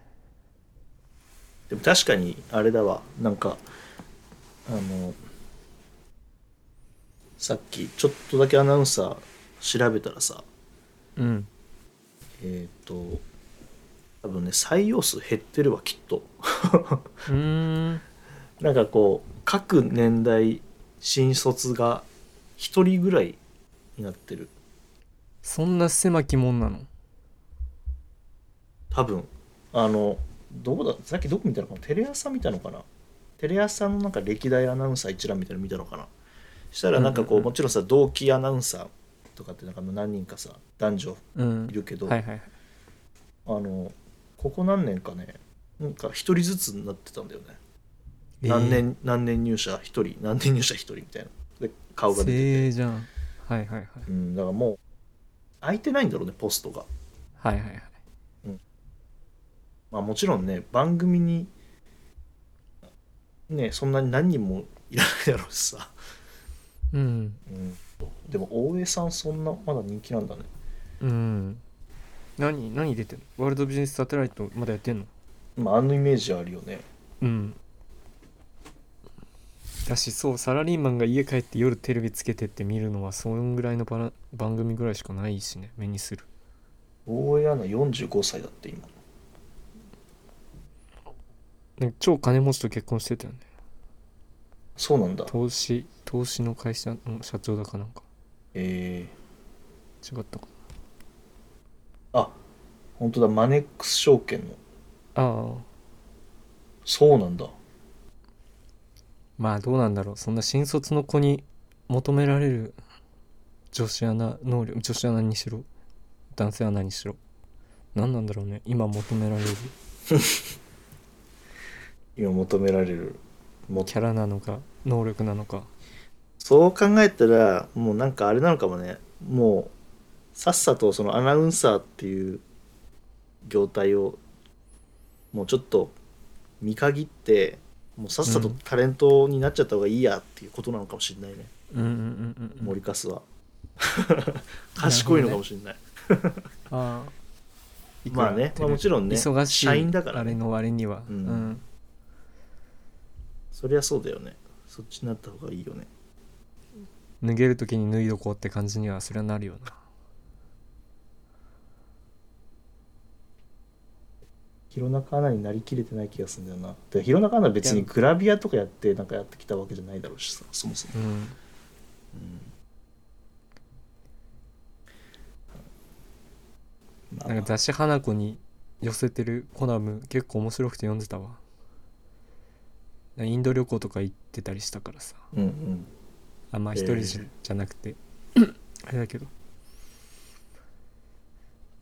Speaker 2: でも確かにあれだわなんかあのさっきちょっとだけアナウンサー調べたらさ
Speaker 1: うん
Speaker 2: えっ、と多分ね採用数減ってるわきっと
Speaker 1: うーん
Speaker 2: なんかこう各年代新卒が1人ぐらいになってる
Speaker 1: そんな狭きもんなの
Speaker 2: 多分あのどこださっきどこ見たのかなテレ朝見たのかなテレ朝のなんか歴代アナウンサー一覧みたいなの見たのかなしたらなんかこ
Speaker 1: うんうん
Speaker 2: う,、
Speaker 1: うん
Speaker 2: もちろんさ同期アナウンサーとかってなんか何人かさ男女
Speaker 1: うん
Speaker 2: いるけど、
Speaker 1: はいはいはい
Speaker 2: あのここ何年かねなんか一人ずつになってたんだよね、何年何年入社一人何年入社一人みたいなで顔が出て、
Speaker 1: せーじゃんはいはいはい
Speaker 2: うん、だからもう空いてないんだろうねポストが
Speaker 1: はいはいはい
Speaker 2: まあもちろんね番組にねそんなに何人もいらないだろうしさ、
Speaker 1: うん
Speaker 2: うん、でも大江さんそんなまだ人気なんだね
Speaker 1: うん何何出てんのワールドビジネスサテライトまだやってんの
Speaker 2: まああのイメージあるよね
Speaker 1: うんだしそうサラリーマンが家帰って夜テレビつけてって見るのはそんぐらいのバラ番組ぐらいしかないしね目にする
Speaker 2: 大江アナ45歳だって今
Speaker 1: なんか超金持ちと結婚してたよね
Speaker 2: そうなんだ
Speaker 1: 投資投資の会社の社長だかなんか
Speaker 2: え
Speaker 1: 違ったか
Speaker 2: ー、あ本当だマネックス証券の
Speaker 1: なああ
Speaker 2: そうなんだ
Speaker 1: まあどうなんだろうそんな新卒の子に求められる女子アナ能力女子アナにしろ男性アナにしろ何なんだろうね今求められる
Speaker 2: 今求められるも
Speaker 1: キャラなのか能力なのか
Speaker 2: そう考えたらもうなんかあれなのかもねもうさっさとそのアナウンサーっていう業態をもうちょっと見限ってもうさっさと
Speaker 1: うん
Speaker 2: タレントになっちゃった方がいいやっていうことなのかもしれないね、
Speaker 1: うんうんうんうんうん
Speaker 2: 森かす は賢いのかもしれない
Speaker 1: ああ
Speaker 2: まあね、まあ、もちろんね
Speaker 1: 忙しい
Speaker 2: 社員だから
Speaker 1: あ
Speaker 2: ね、
Speaker 1: れの割には
Speaker 2: うんそりゃそうだよねそっちになった方がいいよね
Speaker 1: うん脱げる時に脱いどこうって感じにはそれはなるよな
Speaker 2: 弘中アナになりきれてない気がするんだよなで弘中アナは別にグラビアとかやってなんかやってきたわけじゃないだろうしさそもそも
Speaker 1: うん
Speaker 2: まあ
Speaker 1: なんか雑誌「花子」に寄せてるコナム結構面白くて読んでたわインド旅行とか行ってたりしたからさ
Speaker 2: うんうん
Speaker 1: あまあ
Speaker 2: えー
Speaker 1: 一人じゃ,、じゃなく てあれだけど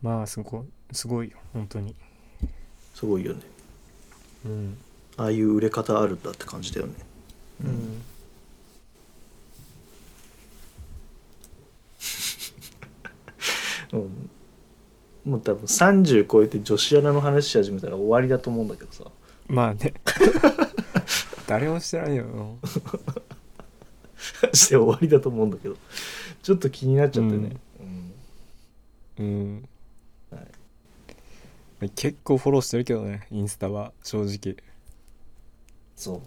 Speaker 1: まあすごいすごいよ本当に
Speaker 2: すごいよね
Speaker 1: うん、
Speaker 2: ああいう売れ方あるんだって感じだよね
Speaker 1: うん、
Speaker 2: うんもう多分30超えて女子アナの話し始めたら終わりだと思うんだけ どさ
Speaker 1: まあね誰もしてないよ
Speaker 2: して終わりだと思うんだけどちょっと気になっちゃってね、う
Speaker 1: う
Speaker 2: ん
Speaker 1: ん、
Speaker 2: は
Speaker 1: 結構フォローしてるけどねインスタは正直
Speaker 2: そう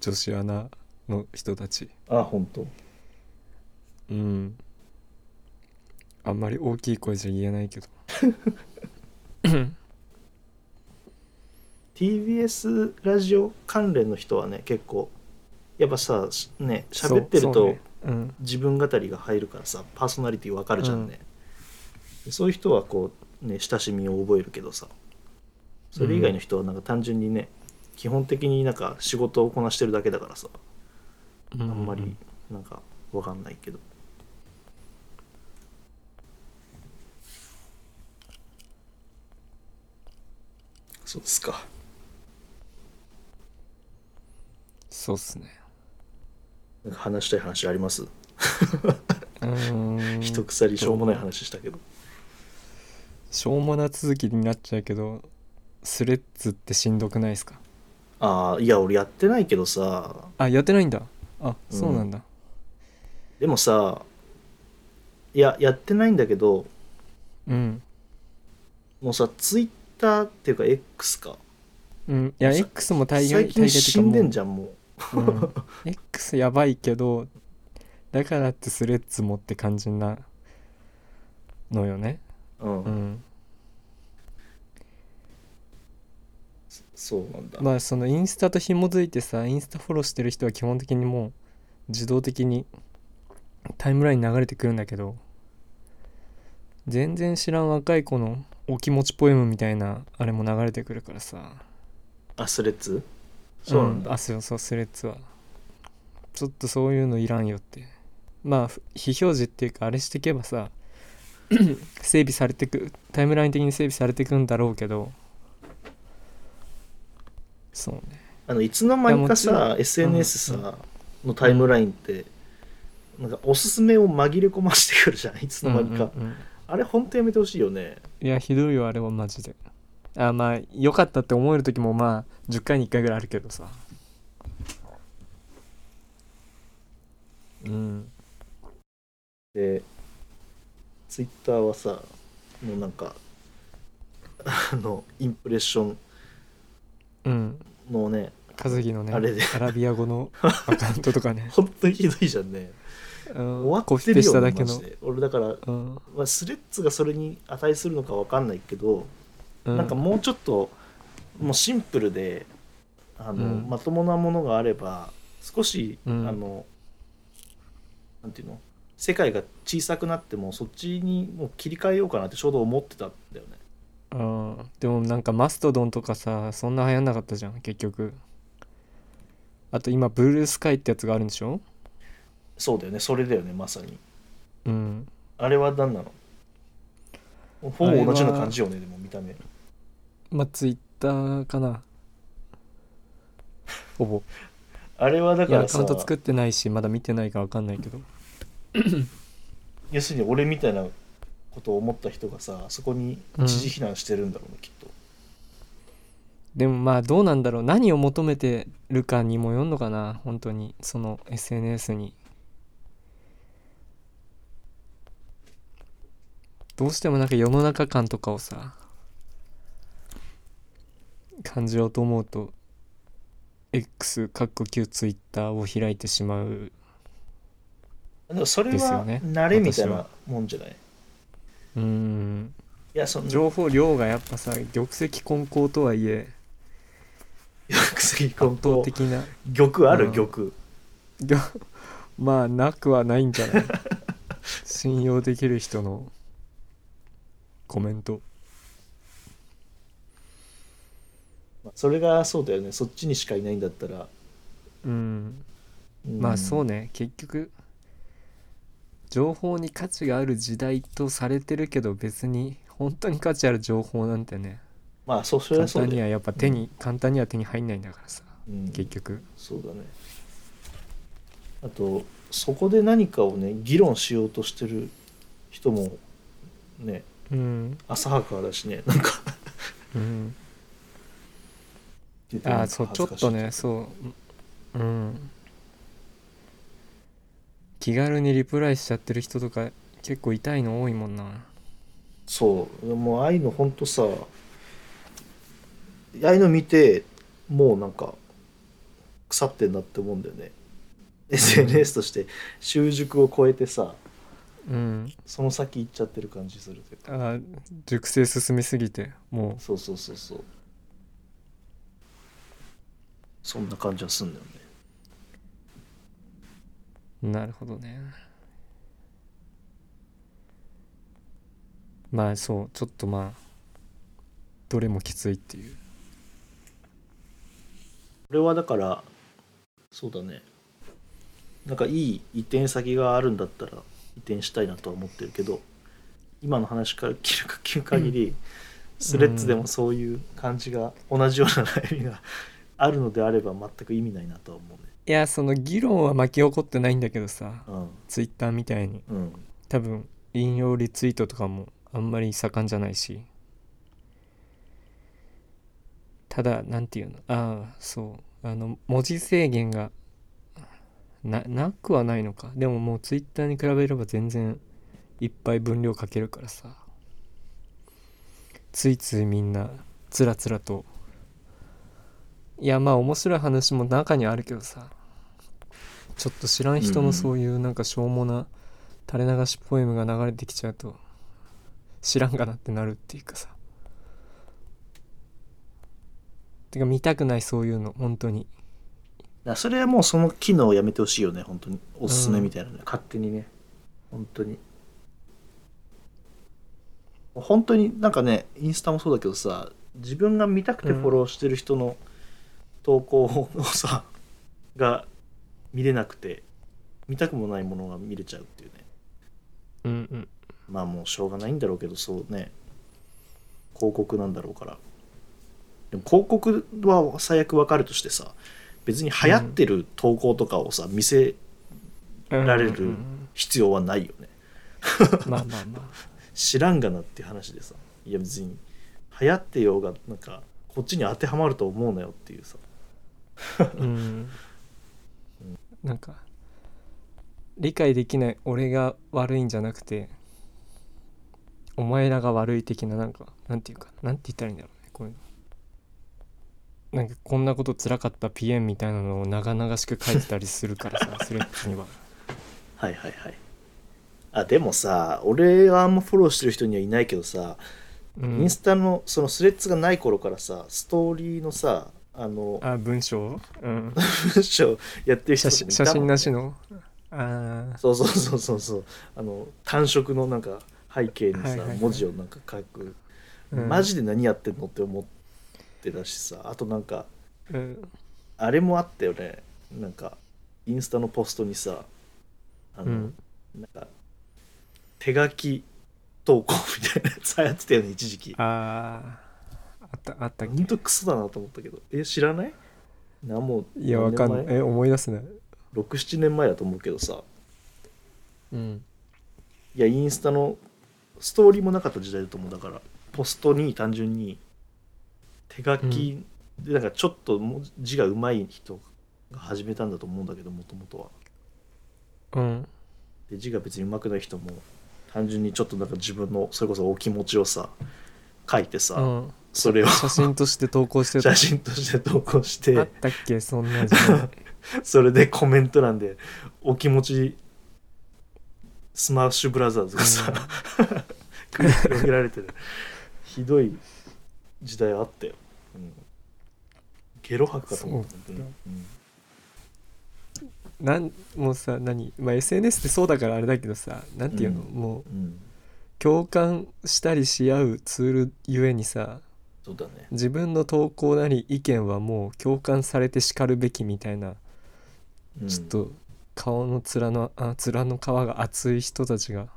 Speaker 1: 女子アナの人たち
Speaker 2: あ本当
Speaker 1: うんあんまり大きい声じゃ言えないけど
Speaker 2: TBS ラジオ関連の人はね結構やっぱさしね喋ってる
Speaker 1: そう
Speaker 2: と、
Speaker 1: そうねうん
Speaker 2: 自分語りが入るからさパーソナリティわかるじゃんね、でそういう人はこうね親しみを覚えるけどさそれ以外の人はなんか単純にね、基本的になんか仕事をこなしてるだけだからさ
Speaker 1: う
Speaker 2: あんまりなんかわかんないけど、そうですか
Speaker 1: そうっ すね
Speaker 2: なんか話したい話あります、
Speaker 1: うーん
Speaker 2: 一鎖しょうもない話したけど
Speaker 1: しょうもな続きになっちゃうけどスレッズってしんどくないですか
Speaker 2: ああいや俺やってないけどさ
Speaker 1: あやってないんだあそうなんだ
Speaker 2: でもさいややってないんだけど
Speaker 1: うん、
Speaker 2: もうさツイッターっていうか X か
Speaker 1: うん、いや
Speaker 2: さ
Speaker 1: X も大概
Speaker 2: 最近
Speaker 1: 大概っていうか
Speaker 2: 死んでんじゃんもう
Speaker 1: もううん X やばいけどだからってスレッズもって感じなのよね
Speaker 2: うん、
Speaker 1: うん
Speaker 2: そうなんだ、
Speaker 1: まあそのインスタと紐づいてさインスタフォローしてる人は基本的にもう自動的にタイムラインに流れてくるんだけど全然知らん若い子のお気持ちポエムみたいなあれも流れてくるからさ
Speaker 2: あスレッズそうなんだ、
Speaker 1: あそうそうスレッズはちょっとそういうのいらんよってまあふ非表示っていうかあれしてけば さ整備されてくタイムライン的に整備されてくんだろうけどそうね
Speaker 2: あのいつの間にか
Speaker 1: いやもち
Speaker 2: さ SNS さ、のタイムラインって、なんかおすすめを紛れ込ましてくるじゃんいつの間にか、
Speaker 1: うんうんうん
Speaker 2: あれ本当やめてほしいよね
Speaker 1: いやひどいよあれはマジであまあ良かったって思える時もまあ10回に1回ぐらいあるけどさうん
Speaker 2: でツイッターはさもうなんかあのインプレッション
Speaker 1: うん
Speaker 2: のね
Speaker 1: 和樹のね
Speaker 2: あれで
Speaker 1: アラビア語のアカウントとかね
Speaker 2: 本当にひどいじゃんね
Speaker 1: うん
Speaker 2: 終わ
Speaker 1: コ
Speaker 2: っ
Speaker 1: ピ
Speaker 2: てる
Speaker 1: ペし
Speaker 2: よ
Speaker 1: た
Speaker 2: ね
Speaker 1: だけ
Speaker 2: マ
Speaker 1: の
Speaker 2: ジで俺だから、
Speaker 1: うん
Speaker 2: まあ、スレッズがそれに値するのかわかんないけど、
Speaker 1: うん
Speaker 2: なんかもうちょっともうシンプルであの、
Speaker 1: うん
Speaker 2: まともなものがあれば少し、
Speaker 1: うん
Speaker 2: あのなんていうの世界が小さくなってもそっちにもう切り替えようかなってちょうど思ってたんだよね
Speaker 1: うんでもなんかマストドンとかさそんな流行んなかったじゃん結局あと今ブルースカイってやつがあるんでしょ
Speaker 2: そうだよねそれだよねまさに
Speaker 1: うん
Speaker 2: あれは何なのほぼ同じような感じよねでも見た目
Speaker 1: まあツイッターか なほぼ
Speaker 2: あれはだ
Speaker 1: い
Speaker 2: か
Speaker 1: や
Speaker 2: ら
Speaker 1: アカ
Speaker 2: さ
Speaker 1: ウント作ってないしまだ見てないかわかんないけど
Speaker 2: 要するに俺みたいなことを思った人がさそこに一時避難してるんだろうね、きっと
Speaker 1: でもまあどうなんだろう何を求めてるかにもよんのかな本当にその SNS にどうしてもなんか世の中感とかをさ感じようと思うと X かっこ Q ツイッターを開いてしまう
Speaker 2: でもそれ
Speaker 1: ですよ
Speaker 2: は
Speaker 1: ね
Speaker 2: 慣れみたい
Speaker 1: 私
Speaker 2: な
Speaker 1: は
Speaker 2: もんじゃない、
Speaker 1: うん
Speaker 2: いやその
Speaker 1: 情報量がやっぱさ玉石混交とはいえ
Speaker 2: 薬
Speaker 1: 圧
Speaker 2: 根
Speaker 1: 倒
Speaker 2: と
Speaker 1: 的な
Speaker 2: 玉ある、
Speaker 1: うん
Speaker 2: 玉
Speaker 1: いやまあなくはないんじゃない信用できる人のコメント
Speaker 2: それがそうだよねそっちにしかいないんだったら、
Speaker 1: うんまあそう
Speaker 2: ね
Speaker 1: ね結局情報に価値がある時代とされてるけど別に本当に価値ある情報なんてね
Speaker 2: まあそうそれ
Speaker 1: 簡
Speaker 2: はそう
Speaker 1: 単
Speaker 2: だ
Speaker 1: に
Speaker 2: よ、
Speaker 1: はやっぱ手に、簡単には手に入んないんだからさ
Speaker 2: うん、
Speaker 1: 結局
Speaker 2: そうだねあとそこで何かをね議論しようとしてる人もね
Speaker 1: うん、
Speaker 2: 浅はかだしねなんか
Speaker 1: うん、あーそうちょっとねそううん気軽にリプライしちゃってる人とか結構痛いの多いもんな
Speaker 2: そうもうああいうのほんとさああいうの見てもうなんか腐ってんなって思うんだよね SNS として習熟を超えてさ
Speaker 1: うん
Speaker 2: その先行っちゃってる感じするというか
Speaker 1: あー熟成進みすぎても
Speaker 2: そうそうそうそうそんな感じはすんだよね
Speaker 1: うなるほどねまあそうちょっとまあどれもきついっていう
Speaker 2: 俺はだからそうだねなんかいい移転先があるんだったら移転したいなとは思ってるけど今の話から聞く限り、スレッズでもそういう感じが同じような悩みがあるのであれば全く意味ないなとは思
Speaker 1: いやその議論は巻き起こってないんだけどさ
Speaker 2: うね
Speaker 1: ツイッターみたいに
Speaker 2: うんうん
Speaker 1: 多分引用リツイートとかもあんまり盛んじゃないしただなんていうのああそうあの文字制限がななくはないのかでももうツイッターに比べれば全然いっぱい分量かけるからさついついみんなつらつらといやまあ面白い話も中にはあるけどさちょっと知らん人のそういうなんかしょうもな垂れ流しポエムが流れてきちゃうと知らんがなってなるっていうかさてか見たくないそういうの本当に
Speaker 2: だからそれはもうその機能をやめてほしいよね本当におすすめみたいなね、勝手にね本当に本当になんかねインスタもそうだけどさ自分が見たくてフォローしてる人の投稿をさ、が見れなくて見たくもないものが見れちゃうっていうね
Speaker 1: うんうん
Speaker 2: まあもうしょうがないんだろうけどそうね広告なんだろうからでも広告は最悪わかるとしてさ別に流行ってる投稿とかをさ見せられる
Speaker 1: うんうんうん
Speaker 2: 必要はないよね、
Speaker 1: まあまあまあ
Speaker 2: 知らんがなっていう話でさいや別に流行ってようがなんかこっちに当てはまると思うなよっていうさ
Speaker 1: うんなんか理解できない俺が悪いんじゃなくてお前らが悪い的ななんかなんていうかなんて言ったらいいんだろうねこういうのなんかこんなことつらかった PM みたいなのを長々しく書いてたりするから さスレッズには
Speaker 2: はいはいはいあでもさ俺はあんまフォローしてる人にはいないけどさ、
Speaker 1: うん
Speaker 2: インスタのそのスレッズがない頃からさストーリーのさあの
Speaker 1: あ文章うん
Speaker 2: 文章やってる人
Speaker 1: 写
Speaker 2: と
Speaker 1: 真
Speaker 2: かもい
Speaker 1: 写真
Speaker 2: たもんね
Speaker 1: なしのああ
Speaker 2: そうそうそうそうそうあの単色のなんか背景にさ、
Speaker 1: はいはいはい
Speaker 2: 文字をなんか書く、
Speaker 1: うん
Speaker 2: マジで何やってんのって思ってたしさあとなんか
Speaker 1: うん
Speaker 2: あれもあったよねなんかインスタのポストにさあの、
Speaker 1: うん
Speaker 2: なんか手書き投稿みたいなやつ流行ってたよね一時期
Speaker 1: あああったあったっ
Speaker 2: ほ
Speaker 1: け
Speaker 2: んとクソだなと思ったけどえ知らないなもう
Speaker 1: いやわかんないえ思い出すね
Speaker 2: 67年前だと思うけどさ
Speaker 1: うん
Speaker 2: いやインスタのストーリーもなかった時代だと思うだからポストに単純に手書きでなんかちょっと文字がうまい人が始めたんだと思うんだけどもともとは
Speaker 1: うん
Speaker 2: で字が別に上手くない人も単純にちょっとなんか自分のそれこそお気持ちをさ書いてさ、
Speaker 1: うん
Speaker 2: それを
Speaker 1: 写真として投稿してた
Speaker 2: 写真として投稿し
Speaker 1: あってたっけそんなんじゃない
Speaker 2: それでコメント欄で「お気持ちスマッシュブラザーズ」がさ、繰り広げられてるひどい時代あったよ、うん、ゲロ吐くかと思った
Speaker 1: そう
Speaker 2: 本当にうん
Speaker 1: なんもうさ何、まあ、SNS ってそうだからあれだけどさなんていうの、
Speaker 2: うん
Speaker 1: もう
Speaker 2: うん、
Speaker 1: 共感したりし合うツールゆえにさ
Speaker 2: そうだね
Speaker 1: 自分の投稿なり意見はもう共感されてしかるべきみたいな、
Speaker 2: うん
Speaker 1: ちょっと顔の面のあ面の皮が厚い人たちが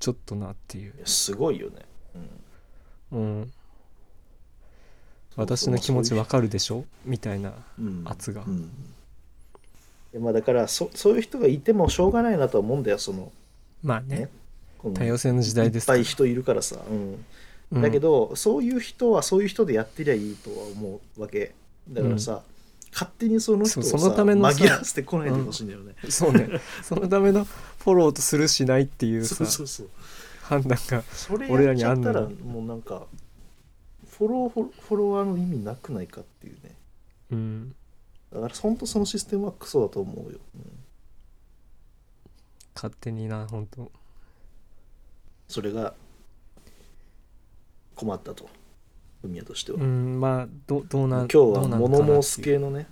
Speaker 1: ちょっとなっていう
Speaker 2: いやすごいよね、うん、
Speaker 1: うん私の気持ちわかるでしょみたいな
Speaker 2: うん
Speaker 1: 圧が
Speaker 2: うんでまあ、だからそそういう人がいてもしょうがないなとは思うんだよその
Speaker 1: まあね
Speaker 2: ねこの
Speaker 1: 多様性の時代ですか
Speaker 2: いっ
Speaker 1: ら
Speaker 2: ぱい人いるからさ、うん
Speaker 1: うん
Speaker 2: だけどそういう人はそういう人でやってりゃいいとは思うわけだからさ、勝手にその人を
Speaker 1: そ
Speaker 2: さ
Speaker 1: うそのためのさ
Speaker 2: 紛らわせてこないでほしいんだよね、
Speaker 1: そうねそのためのフォローとするしないっていうさ
Speaker 2: そうそうそう
Speaker 1: 判断が
Speaker 2: それ
Speaker 1: 俺
Speaker 2: や
Speaker 1: ら
Speaker 2: っ
Speaker 1: に
Speaker 2: ち
Speaker 1: あ
Speaker 2: ゃ
Speaker 1: ん
Speaker 2: っ
Speaker 1: の
Speaker 2: た
Speaker 1: よ
Speaker 2: らもうなんかフォローフォローフォロワーの意味なくないかっていうね
Speaker 1: うん
Speaker 2: だから本当そのシステムはクソだと思うよ、うん
Speaker 1: 勝手にな本当
Speaker 2: それが困ったと文也としては、
Speaker 1: うんまあどどうな
Speaker 2: 今日は
Speaker 1: どうな
Speaker 2: モ
Speaker 1: のかなっていう
Speaker 2: ノモース系のね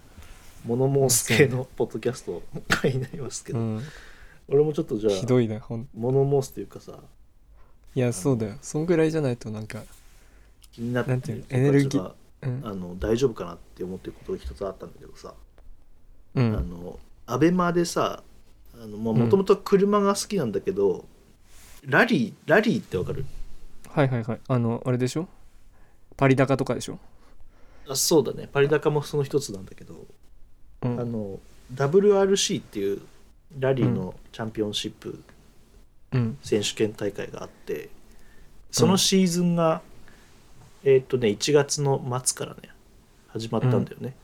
Speaker 2: モノモース系のポッドキャストを買いになりますけ
Speaker 1: う
Speaker 2: ど、
Speaker 1: ん
Speaker 2: 俺もちょっとじゃ
Speaker 1: ひ
Speaker 2: あ
Speaker 1: どいねほん
Speaker 2: モノモースというかさ
Speaker 1: いやそうだよそんぐらいじゃないとなんか
Speaker 2: 気になって
Speaker 1: な
Speaker 2: る
Speaker 1: んていうの
Speaker 2: 人たちが
Speaker 1: エネルギーうん
Speaker 2: あの大丈夫かなって思ってることが一つあったんだけどさ、
Speaker 1: う
Speaker 2: あ
Speaker 1: ん
Speaker 2: のアベマでさもともと車が好きなんだけど、ラリーラリーってわかる
Speaker 1: はいはいはいあのあれでしょパリ高とかでしょ
Speaker 2: あそうだねパリ高もその一つなんだけど、
Speaker 1: う
Speaker 2: あ
Speaker 1: ん
Speaker 2: の WRC っていうラリーのチャンピオンシップ
Speaker 1: うん
Speaker 2: 選手権大会があってそのシーズンが、えーっとね1月の末からね始まったんだよね、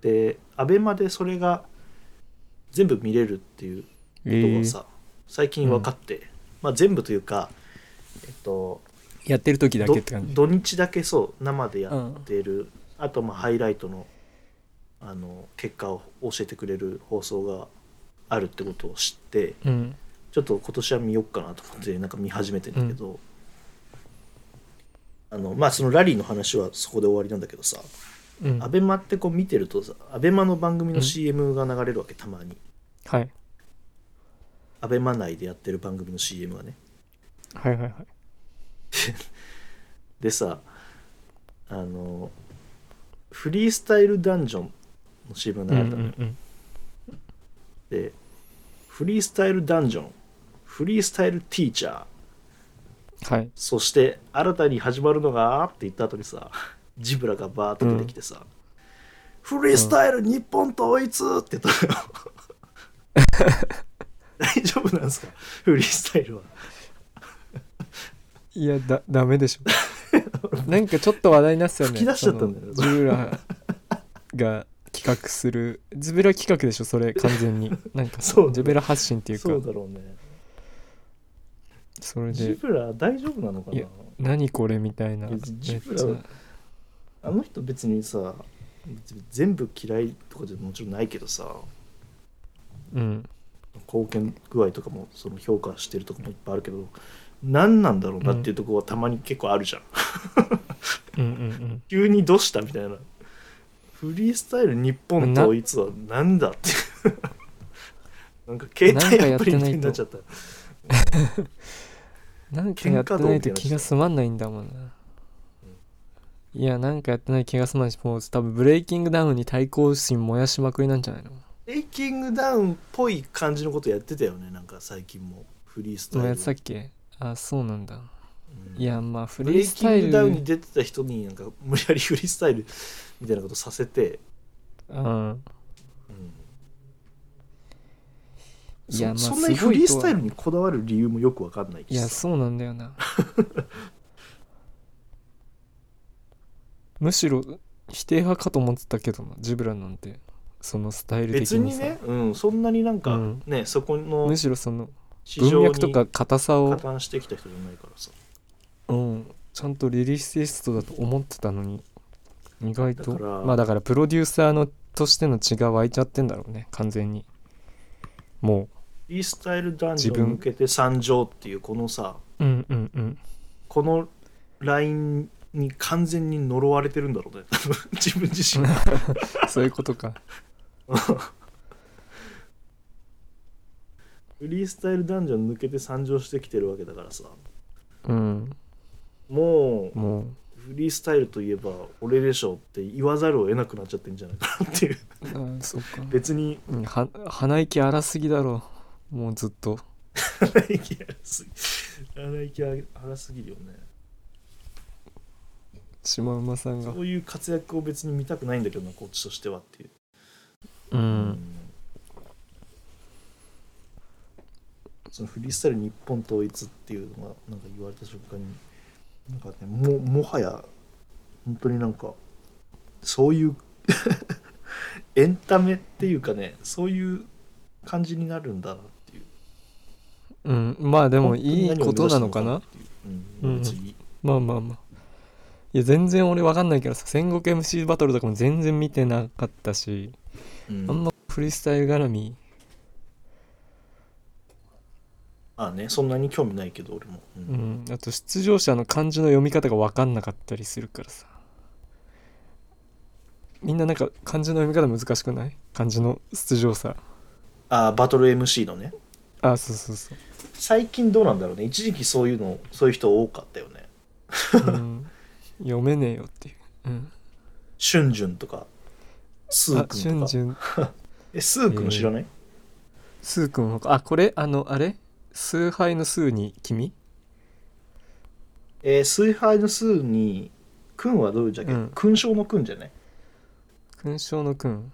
Speaker 2: で ABEMA でそれが全部見れるっていう
Speaker 1: え
Speaker 2: ことが
Speaker 1: ー
Speaker 2: さ、最近分かって、まあ全部というかえっと
Speaker 1: やってる時だけ
Speaker 2: ど
Speaker 1: って感じ
Speaker 2: 土日だけそう生でやってる、あとまあハイライトのあの結果を教えてくれる放送があるってことを知って
Speaker 1: うん
Speaker 2: ちょっと今年は見よっかなと思ってなんか見始めてんだけど、あのまあそのラリーの話はそこで終わりなんだけどさ、
Speaker 1: うん
Speaker 2: アベマってこう見てるとさアベマの番組の CM が流れるわけたまに
Speaker 1: はい
Speaker 2: アベマ内でやってる番組の CM がね
Speaker 1: はいはいはい
Speaker 2: でさあのフリースタイルダンジョンの CM が
Speaker 1: うんう
Speaker 2: 流れたのよ、
Speaker 1: んうん
Speaker 2: でフリースタイルダンジョンフリースタイルティーチャー
Speaker 1: はい
Speaker 2: そして新たに始まるのがって言った後にさジブラがバーッと出てきてさ、フリースタイル日本統一って言ったのよ大丈夫なんですかフリースタイルはい
Speaker 1: やだダメで しょなんかちょっと話題になってたよね
Speaker 2: 吹き出しちゃったんだよね
Speaker 1: そのジブラが企画するジブラ企画でしょそれ完全になんか
Speaker 2: そうだね
Speaker 1: ジブラ発信っていうか
Speaker 2: そうだろうね
Speaker 1: それ
Speaker 2: ジ
Speaker 1: で
Speaker 2: ブラ大丈夫なのか
Speaker 1: い
Speaker 2: な
Speaker 1: や何これみたいなめっ
Speaker 2: ジ
Speaker 1: ち
Speaker 2: ブラ
Speaker 1: ゃ
Speaker 2: あの人別にさ別に全部嫌いとかでももちろんないけどさ
Speaker 1: うん
Speaker 2: 貢献具合とかもその評価してるとこもいっぱいあるけど何なんだろうなっていうとこはたまに結構あるじゃん、
Speaker 1: うんうん
Speaker 2: 急にどうしたみたいなフリースタイル日本統一はなんだっていう なんか携帯アプリみたいになっちゃった
Speaker 1: うんなんかやってないと気が済まんないんだもんなうんいやなんかやってない気が済まないしもう多分ブレイキングダウンに対抗心燃やしまくりなんじゃないの
Speaker 2: テイキングダウンっぽい感じのことやってたよねなんか最近もフリースタイ
Speaker 1: もう
Speaker 2: ル
Speaker 1: やってたっけあそうなんだ
Speaker 2: うん
Speaker 1: いやまあフ
Speaker 2: ブ
Speaker 1: リ
Speaker 2: レ
Speaker 1: ー
Speaker 2: イ
Speaker 1: ス
Speaker 2: キ
Speaker 1: タ
Speaker 2: ン
Speaker 1: イ
Speaker 2: グ
Speaker 1: ル
Speaker 2: ダウンに出てた人になんか無理やりフリースタイルみたいなことさせて、
Speaker 1: うん
Speaker 2: うん
Speaker 1: いやまあ
Speaker 2: そそんなに
Speaker 1: すご
Speaker 2: フ
Speaker 1: いとは
Speaker 2: リースタイルにこだわる理由もよくわかんないし
Speaker 1: いやそうなんだよ なむしろ否定派かと思ってたけどなジブラなんてそのスタイル的
Speaker 2: 別
Speaker 1: に
Speaker 2: に
Speaker 1: さ
Speaker 2: ね、うん、そんなになんか、
Speaker 1: うん
Speaker 2: ねそこの
Speaker 1: むしろその
Speaker 2: 市
Speaker 1: 文
Speaker 2: 場
Speaker 1: 脈と
Speaker 2: に
Speaker 1: か
Speaker 2: 加
Speaker 1: 硬さを、
Speaker 2: 担してきた人じゃないからさ
Speaker 1: うん、ちゃんとリリーステストだと思ってたのに意外と
Speaker 2: だから
Speaker 1: まあだからプロデューサーのとしての血が湧いちゃってんだろうね完全にも
Speaker 2: フリースタイルダンジョ
Speaker 1: 自
Speaker 2: ンに
Speaker 1: 分
Speaker 2: 向けて参上っていうこのさ
Speaker 1: ううんうんうん
Speaker 2: このラインに完全に呪われてるんだろうね 自分自身が
Speaker 1: そういうことか
Speaker 2: フリースタイルダンジョン抜けて参上してきてるわけだからさ
Speaker 1: うん
Speaker 2: もう
Speaker 1: もう
Speaker 2: フリースタイルといえば俺でしょって言わざるを得なくなっちゃってんじゃないかなっていう
Speaker 1: あそうか
Speaker 2: 別に
Speaker 1: うんは鼻息荒すぎだろもうずっと
Speaker 2: 鼻息荒すぎ鼻息荒すぎるよね
Speaker 1: シマウマさんが
Speaker 2: そういう活躍を別に見たくないんだけどなこっちとしてはっていう、
Speaker 1: う
Speaker 2: うんそのフリースタイル日本統一っていうのがなんか言われた瞬間になんかねももはや本当になんかそういう エンタメっていうかねそういう感じになるんだなっていう
Speaker 1: うんまあで
Speaker 2: で
Speaker 1: もいいことなのかな
Speaker 2: うん、別に
Speaker 1: まあまあまあいや全然俺わかんないけどさ戦国 MC バトルとかも全然見てなかったし、
Speaker 2: うん
Speaker 1: あんまフリースタイル絡み
Speaker 2: まあねそんなに興味ないけど俺も、うん
Speaker 1: うんあと出場者の漢字の読み方がわかんなかったりするからさみんななんか漢字の読み方難しくない漢字の出場者
Speaker 2: あバトル MC のね
Speaker 1: あそうそうそう
Speaker 2: 最近どうなんだろうね一時期そういうのそういう人多かったよね
Speaker 1: うん、読めねえよっていう。うん、
Speaker 2: シュンジュンとかスー
Speaker 1: あ、
Speaker 2: く
Speaker 1: しゅ
Speaker 2: ん
Speaker 1: ん
Speaker 2: と
Speaker 1: じ
Speaker 2: か
Speaker 1: ゅん、
Speaker 2: えスーくん知らない、
Speaker 1: すーくんのか、あ、これ、あの、あれ崇拝の数に君
Speaker 2: えー崇拝のスーにくんはどういうじゃっけ、
Speaker 1: うん
Speaker 2: 勲章のくんじゃない
Speaker 1: 勲章の君。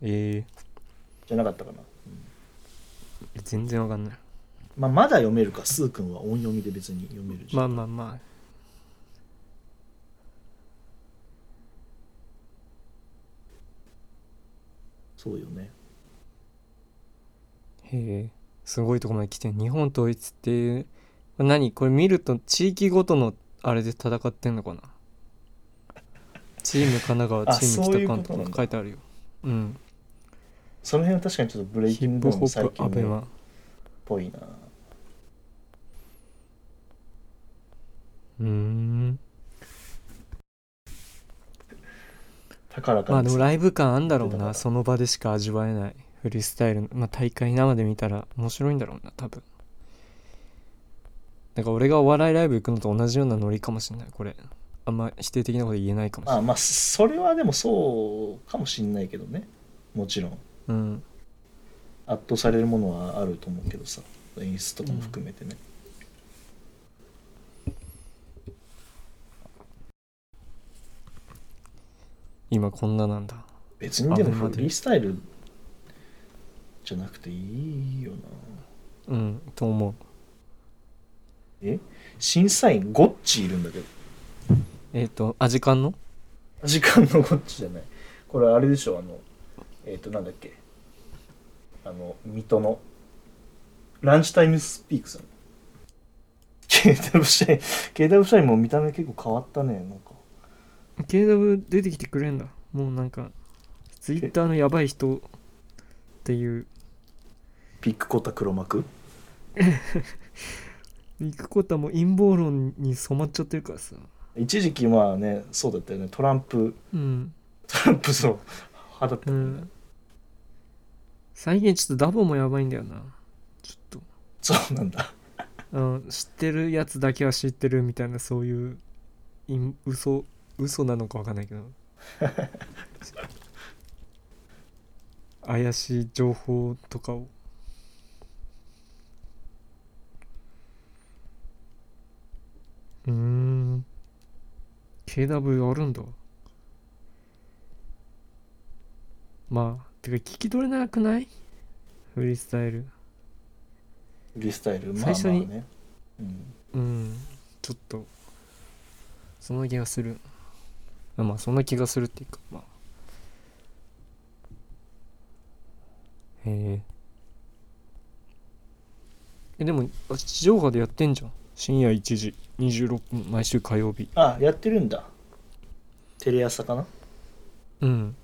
Speaker 1: え
Speaker 2: じゃなかったかな、
Speaker 1: え全然わかんない。
Speaker 2: まあ、まだ読めるかスーくんは音読みで別に読めるし、
Speaker 1: まあまあまあ。
Speaker 2: そうよね
Speaker 1: へえ、すごいとこまで来てん日本統一っていう、何これ見ると地域ごとのあれで戦ってんのかなチーム神奈川
Speaker 2: あ
Speaker 1: チーム
Speaker 2: そうい
Speaker 1: 北
Speaker 2: うこ
Speaker 1: 関
Speaker 2: とな
Speaker 1: 東
Speaker 2: んだ
Speaker 1: とか書いてあるようん
Speaker 2: その辺は確かにちょっとブレイ
Speaker 1: ヒ
Speaker 2: キ
Speaker 1: ッ
Speaker 2: ン
Speaker 1: プ
Speaker 2: グダウン
Speaker 1: ホ
Speaker 2: の
Speaker 1: ッ
Speaker 2: 最
Speaker 1: プ
Speaker 2: 近
Speaker 1: アベ
Speaker 2: のっ
Speaker 1: マ
Speaker 2: ぽいな
Speaker 1: うーん
Speaker 2: 宝か
Speaker 1: まあでもラ
Speaker 2: イ
Speaker 1: イブ感あんだろう
Speaker 2: だから
Speaker 1: なその場でしか味わえないフリースタイルのまあ大会生で見たら面白いんだろうな多分なんか俺がお笑いライブ行くのと同じようなノリかもしれないこれあんま否定的なこと言えないかもしれ
Speaker 2: ま
Speaker 1: な
Speaker 2: あ
Speaker 1: い、
Speaker 2: まあそれはでもそうかもしんないけどねもちろん
Speaker 1: うん
Speaker 2: 圧倒されるものはあると思うけどさ演出とかも含めてね、
Speaker 1: 今こんななんだ
Speaker 2: 別にでも
Speaker 1: あまあ
Speaker 2: フリースタイルじゃなくていいよな
Speaker 1: うんと思う
Speaker 2: え審査員ゴッチいるんだけど
Speaker 1: えっ、とアジカンの
Speaker 2: 時間のゴッチじゃないこれあれでしょあのえっ、となんだっけあの水戸のランチタイムスピークさん KW 社員 KW 社員も見た目結構変わったねなんか
Speaker 1: KW 出てきてくれんだもうなんかツイッターのやばい人っていう
Speaker 2: ピックコタ黒幕
Speaker 1: 行くことはもう陰謀論に染まっちゃってるからさ
Speaker 2: 一時期まあねそうだったよねトランプ
Speaker 1: うん
Speaker 2: トランプそう派だった
Speaker 1: う
Speaker 2: もんね、
Speaker 1: ん最近ちょっとダボもやばいんだよなちょっと
Speaker 2: そうなんだ
Speaker 1: あの知ってるやつだけは知ってるみたいなそういう陰嘘嘘なのかわかんないけど怪しい情報とかをうーん KW あるんだまあてか聞き取れなくないフリースタイル
Speaker 2: フリースタイルまあま
Speaker 1: 最
Speaker 2: あ
Speaker 1: 初に
Speaker 2: ね、うん、
Speaker 1: うんちょっとそんな気がするまあそんな気がするっていうかまあへええでもあ地上波でやってんじゃん深夜1時26分毎週火曜日
Speaker 2: あやってるんだテレ朝かな
Speaker 1: うん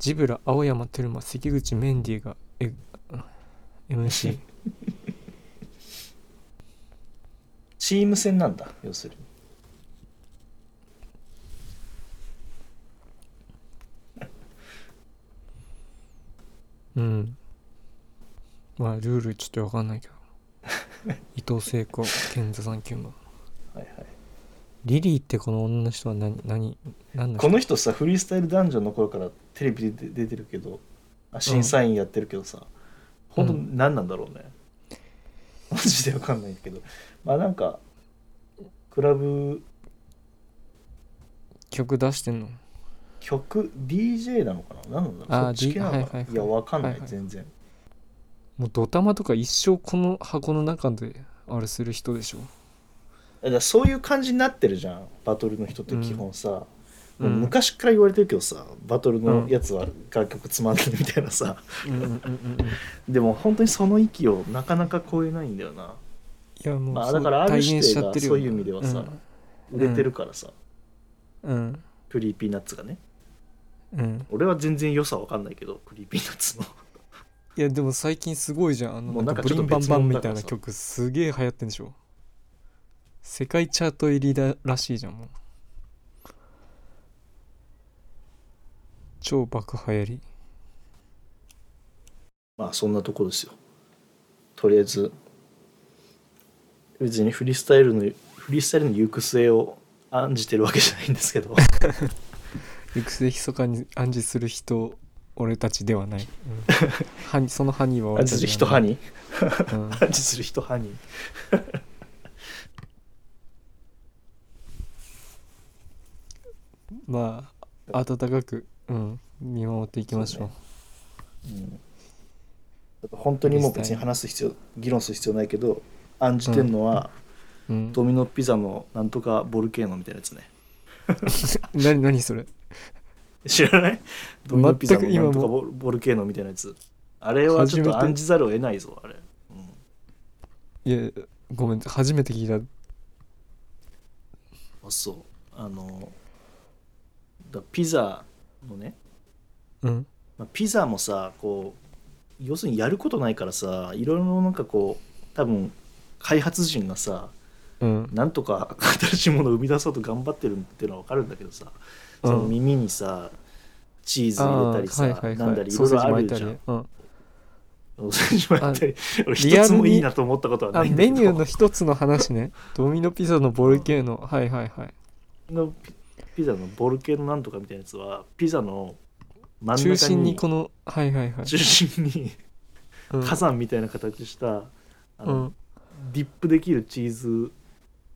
Speaker 1: ジブラ青山テルマ関口メンディーがえ MC
Speaker 2: チーム戦なんだ要するに
Speaker 1: うんまあルールちょっとわかんないけ ど伊藤聖子健太さんキュンマ
Speaker 2: はいはい
Speaker 1: リリーってこの女の人は何何何の人
Speaker 2: この人さフリースタイルダンジョンの頃からテレビで出てるけどあ審査員やってるけどさ、本当
Speaker 1: う
Speaker 2: 何なんだろうね、 マジで分かんないけどまあなんかクラブ
Speaker 1: 曲出してんの
Speaker 2: 曲 DJ なのかな何なんだろ
Speaker 1: あー
Speaker 2: うそっち系なのかな、
Speaker 1: D- はいはいはい
Speaker 2: や分かんない、
Speaker 1: はいはい
Speaker 2: 全然
Speaker 1: もうドタマとか一生この箱の中であれする人でしょ
Speaker 2: だからそういう感じになってるじゃんバトルの人って基本さ、
Speaker 1: うん
Speaker 2: もう昔から言われてるけどさバトルのやつは楽曲つまんないみたいなさ、
Speaker 1: うんうんうんうんうんい
Speaker 2: でも本当にその域をなかなか超えないんだよな
Speaker 1: やもう
Speaker 2: まあ
Speaker 1: そう
Speaker 2: だからある
Speaker 1: 体
Speaker 2: 種
Speaker 1: 現しちゃってるよ
Speaker 2: がそういう意味ではさ
Speaker 1: うん
Speaker 2: 売れてるからさ、
Speaker 1: うんうん
Speaker 2: クリーピーナッツがね
Speaker 1: うん
Speaker 2: 俺は全然良さわかんないけどクリーピーナッツの
Speaker 1: いやでも最近すごいじゃんあの
Speaker 2: も
Speaker 1: なか
Speaker 2: うんなんか
Speaker 1: ブ
Speaker 2: ち
Speaker 1: リ
Speaker 2: ょっ
Speaker 1: ン
Speaker 2: と
Speaker 1: バンバン
Speaker 2: 別物
Speaker 1: み
Speaker 2: だか
Speaker 1: たい
Speaker 2: らさ
Speaker 1: な曲すげえ流行ってんでしょ世界チャート入りだらしいじゃんもう超爆流行り
Speaker 2: まあそんなとこですよとりあえず別にフリースタイルのフリースタイルの行く末を案じてるわけじゃないんです けど
Speaker 1: 行く末ひそかに暗示する人俺たちではない、 うん歯にその歯には
Speaker 2: 暗
Speaker 1: 俺
Speaker 2: 示
Speaker 1: た
Speaker 2: す
Speaker 1: ち
Speaker 2: る
Speaker 1: で
Speaker 2: 人
Speaker 1: はな
Speaker 2: ハ
Speaker 1: い
Speaker 2: ニー
Speaker 1: うん
Speaker 2: 暗示する人ハニー
Speaker 1: まあ温かく、うん、見守っていきましょう
Speaker 2: うん本当にもう別に話す必要議論する必要ないけど案じてんのは、
Speaker 1: う、ん、
Speaker 2: ドミノピザのなんとかボルケーノみたいなやつね
Speaker 1: 何何それ
Speaker 2: 知らないドミノピザの
Speaker 1: 全く今
Speaker 2: な
Speaker 1: も
Speaker 2: んとかボボルケーノみたいなやつあれはちょっ
Speaker 1: 初め
Speaker 2: と
Speaker 1: て
Speaker 2: 案じざるを得ないぞあれ、うん
Speaker 1: いやごめん初めて聞いた
Speaker 2: あそうあのだピザのね、
Speaker 1: うん
Speaker 2: まあ、ピザもさこう要するにやることないからさいろいろなんかこう多分開発陣がさ
Speaker 1: うん
Speaker 2: なんとか 新しいものを生み出そうと頑張ってるっていうのは分かるんだけどさ、その耳にさチーズ入れたりさ、なんだりいろいろあるじゃん。
Speaker 1: あーはいはいはいソーセージ巻いたりね
Speaker 2: お寿司もやったり 俺
Speaker 1: リア
Speaker 2: 一
Speaker 1: ル
Speaker 2: つ
Speaker 1: に
Speaker 2: もいいなと思ったことは
Speaker 1: うん、あ
Speaker 2: ないんだ
Speaker 1: メ
Speaker 2: けど
Speaker 1: ニューの一つの話ねドミノピザのボルケーノはいはいはい
Speaker 2: のピピザのボルケのなんとかみたいなやつはピザの真ん中に
Speaker 1: 中心にこのはいはいはい、
Speaker 2: 中心に
Speaker 1: うん
Speaker 2: 火山みたいな形したあ
Speaker 1: う
Speaker 2: の、
Speaker 1: ん
Speaker 2: ディップできるチーズ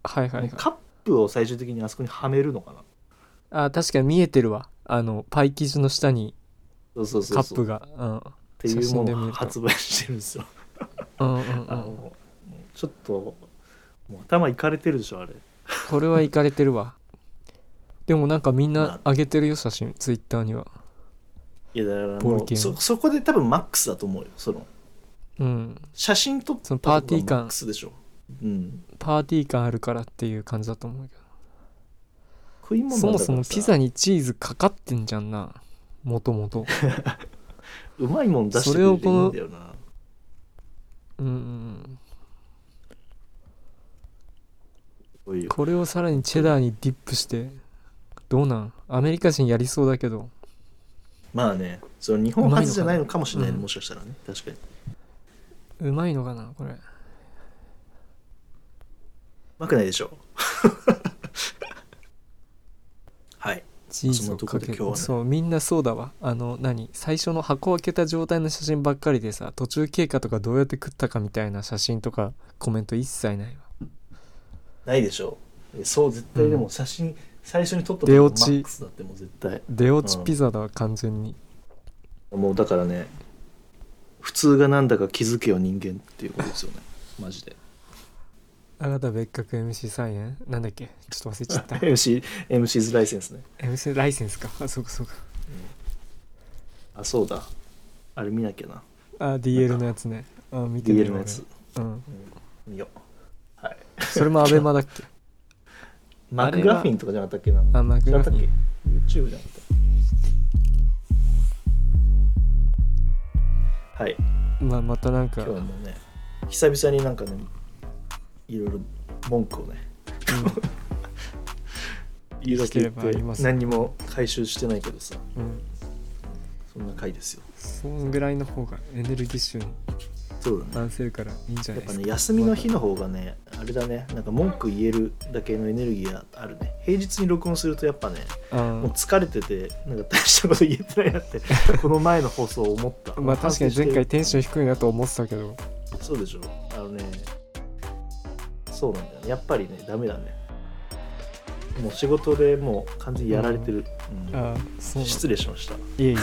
Speaker 1: はいはいはい
Speaker 2: カップを最終的にあそこにはめるのかな
Speaker 1: あー確かに見えてるわあのパイ生地の下に
Speaker 2: そうそうそ
Speaker 1: カ
Speaker 2: うそ
Speaker 1: ップ
Speaker 2: う
Speaker 1: が
Speaker 2: っていうも
Speaker 1: 写真で見
Speaker 2: の
Speaker 1: る
Speaker 2: を
Speaker 1: と
Speaker 2: 発売してるんですよ、
Speaker 1: うんうんうんう
Speaker 2: あ
Speaker 1: ん
Speaker 2: のちょっともう頭いかれてるでしょあれ
Speaker 1: これは行かれてるわでもなんかみんな上げてるよ写真ツイッターにはい
Speaker 2: やだから
Speaker 1: ボ
Speaker 2: も
Speaker 1: ルケ
Speaker 2: う
Speaker 1: ーノ
Speaker 2: そそこで多分マックスだと思うよその
Speaker 1: うん
Speaker 2: 写真撮った
Speaker 1: そのパーティー感
Speaker 2: マックスでしょ、うん、
Speaker 1: パーティー感あるからっていう感じだと思うけ
Speaker 2: 食い
Speaker 1: ど
Speaker 2: 物
Speaker 1: そ
Speaker 2: なん
Speaker 1: も
Speaker 2: だからさ
Speaker 1: そもピザにチーズかかってんじゃんなもともと
Speaker 2: うまいもん出してくれるといいんだよな
Speaker 1: うんうんうん
Speaker 2: こういう
Speaker 1: これをさらにチェダーにディップしてどうなんアメリカ人やりそうだけど
Speaker 2: まあねその日本初じゃないのかもしれないね
Speaker 1: うまいのかな
Speaker 2: もしかしたらね確かに
Speaker 1: うまいのかなこれ
Speaker 2: うまくないでしょう はい
Speaker 1: チーズをかけ
Speaker 2: そんなとこで今
Speaker 1: る
Speaker 2: 日はね
Speaker 1: そうみんなそうだわあの何最初の箱を開けた状態の写真ばっかりでさ途中経過とかどうやって食ったかみたいな写真とかコメント一切ないわ
Speaker 2: ないでしょうそう絶対でも写真、最初に撮った
Speaker 1: 出
Speaker 2: のマ
Speaker 1: 落ち
Speaker 2: ックスだってもう絶対
Speaker 1: 出落ちピザだわ完全に
Speaker 2: もうだからね普通がなんだか気づけよ人間っていうことです よねマジで
Speaker 1: 新田別格 MC サイエンなんだっけちょっと忘れちゃった
Speaker 2: MC MC's ライセンスね
Speaker 1: MC ライセンスかあそうかそうか
Speaker 2: あそうだあれ見なきゃな
Speaker 1: あ DL のやつねあ見てる
Speaker 2: DL のやつ
Speaker 1: うん、
Speaker 2: 見ようはい
Speaker 1: それもアベマだっけ
Speaker 2: マクグラフィンとかじゃなかったっけな
Speaker 1: あマク
Speaker 2: 違
Speaker 1: ガ
Speaker 2: っ
Speaker 1: フ
Speaker 2: たっ
Speaker 1: ィ
Speaker 2: け
Speaker 1: ン
Speaker 2: YouTube じゃなかったはい
Speaker 1: まあまたなんか
Speaker 2: 今日はもうね久々になんかねいろいろ文句をね言うだけ言っ
Speaker 1: してればあ
Speaker 2: て
Speaker 1: ります
Speaker 2: 何にも回収してないけどさ
Speaker 1: うん、うん、
Speaker 2: そんな回ですよ
Speaker 1: そんぐらいの方がエネルギッシュに
Speaker 2: そうだね
Speaker 1: 回せるからいいんじゃな
Speaker 2: や
Speaker 1: いで
Speaker 2: っぱ
Speaker 1: すか
Speaker 2: ね休みの日の方がねあれだねなんか文句言えるだけのエネルギーがあるね平日に録音するとやっぱね
Speaker 1: あ
Speaker 2: もう
Speaker 1: ー
Speaker 2: 疲れててなんか大したこと言えてないなって この前の放送思った
Speaker 1: まあ確かに前回テンション
Speaker 2: ン
Speaker 1: 低いなと思ってたけど
Speaker 2: そうでしょあのねそうなんだよねやっぱりねダメだねもう仕事でもう完全にやられてる、うん
Speaker 1: あーそうなん
Speaker 2: 失礼しました
Speaker 1: いえいえいえ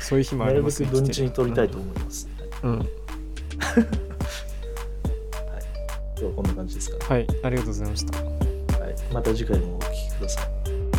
Speaker 1: そういう日もあ
Speaker 2: な
Speaker 1: り
Speaker 2: る
Speaker 1: ま
Speaker 2: べ
Speaker 1: す
Speaker 2: く
Speaker 1: よ
Speaker 2: 土日に撮りたいと
Speaker 1: う
Speaker 2: 思います、
Speaker 1: うん、うん
Speaker 2: 今日はこんな感じですか
Speaker 1: はいありがとうございました
Speaker 2: ね、はい、また次回もお聞きください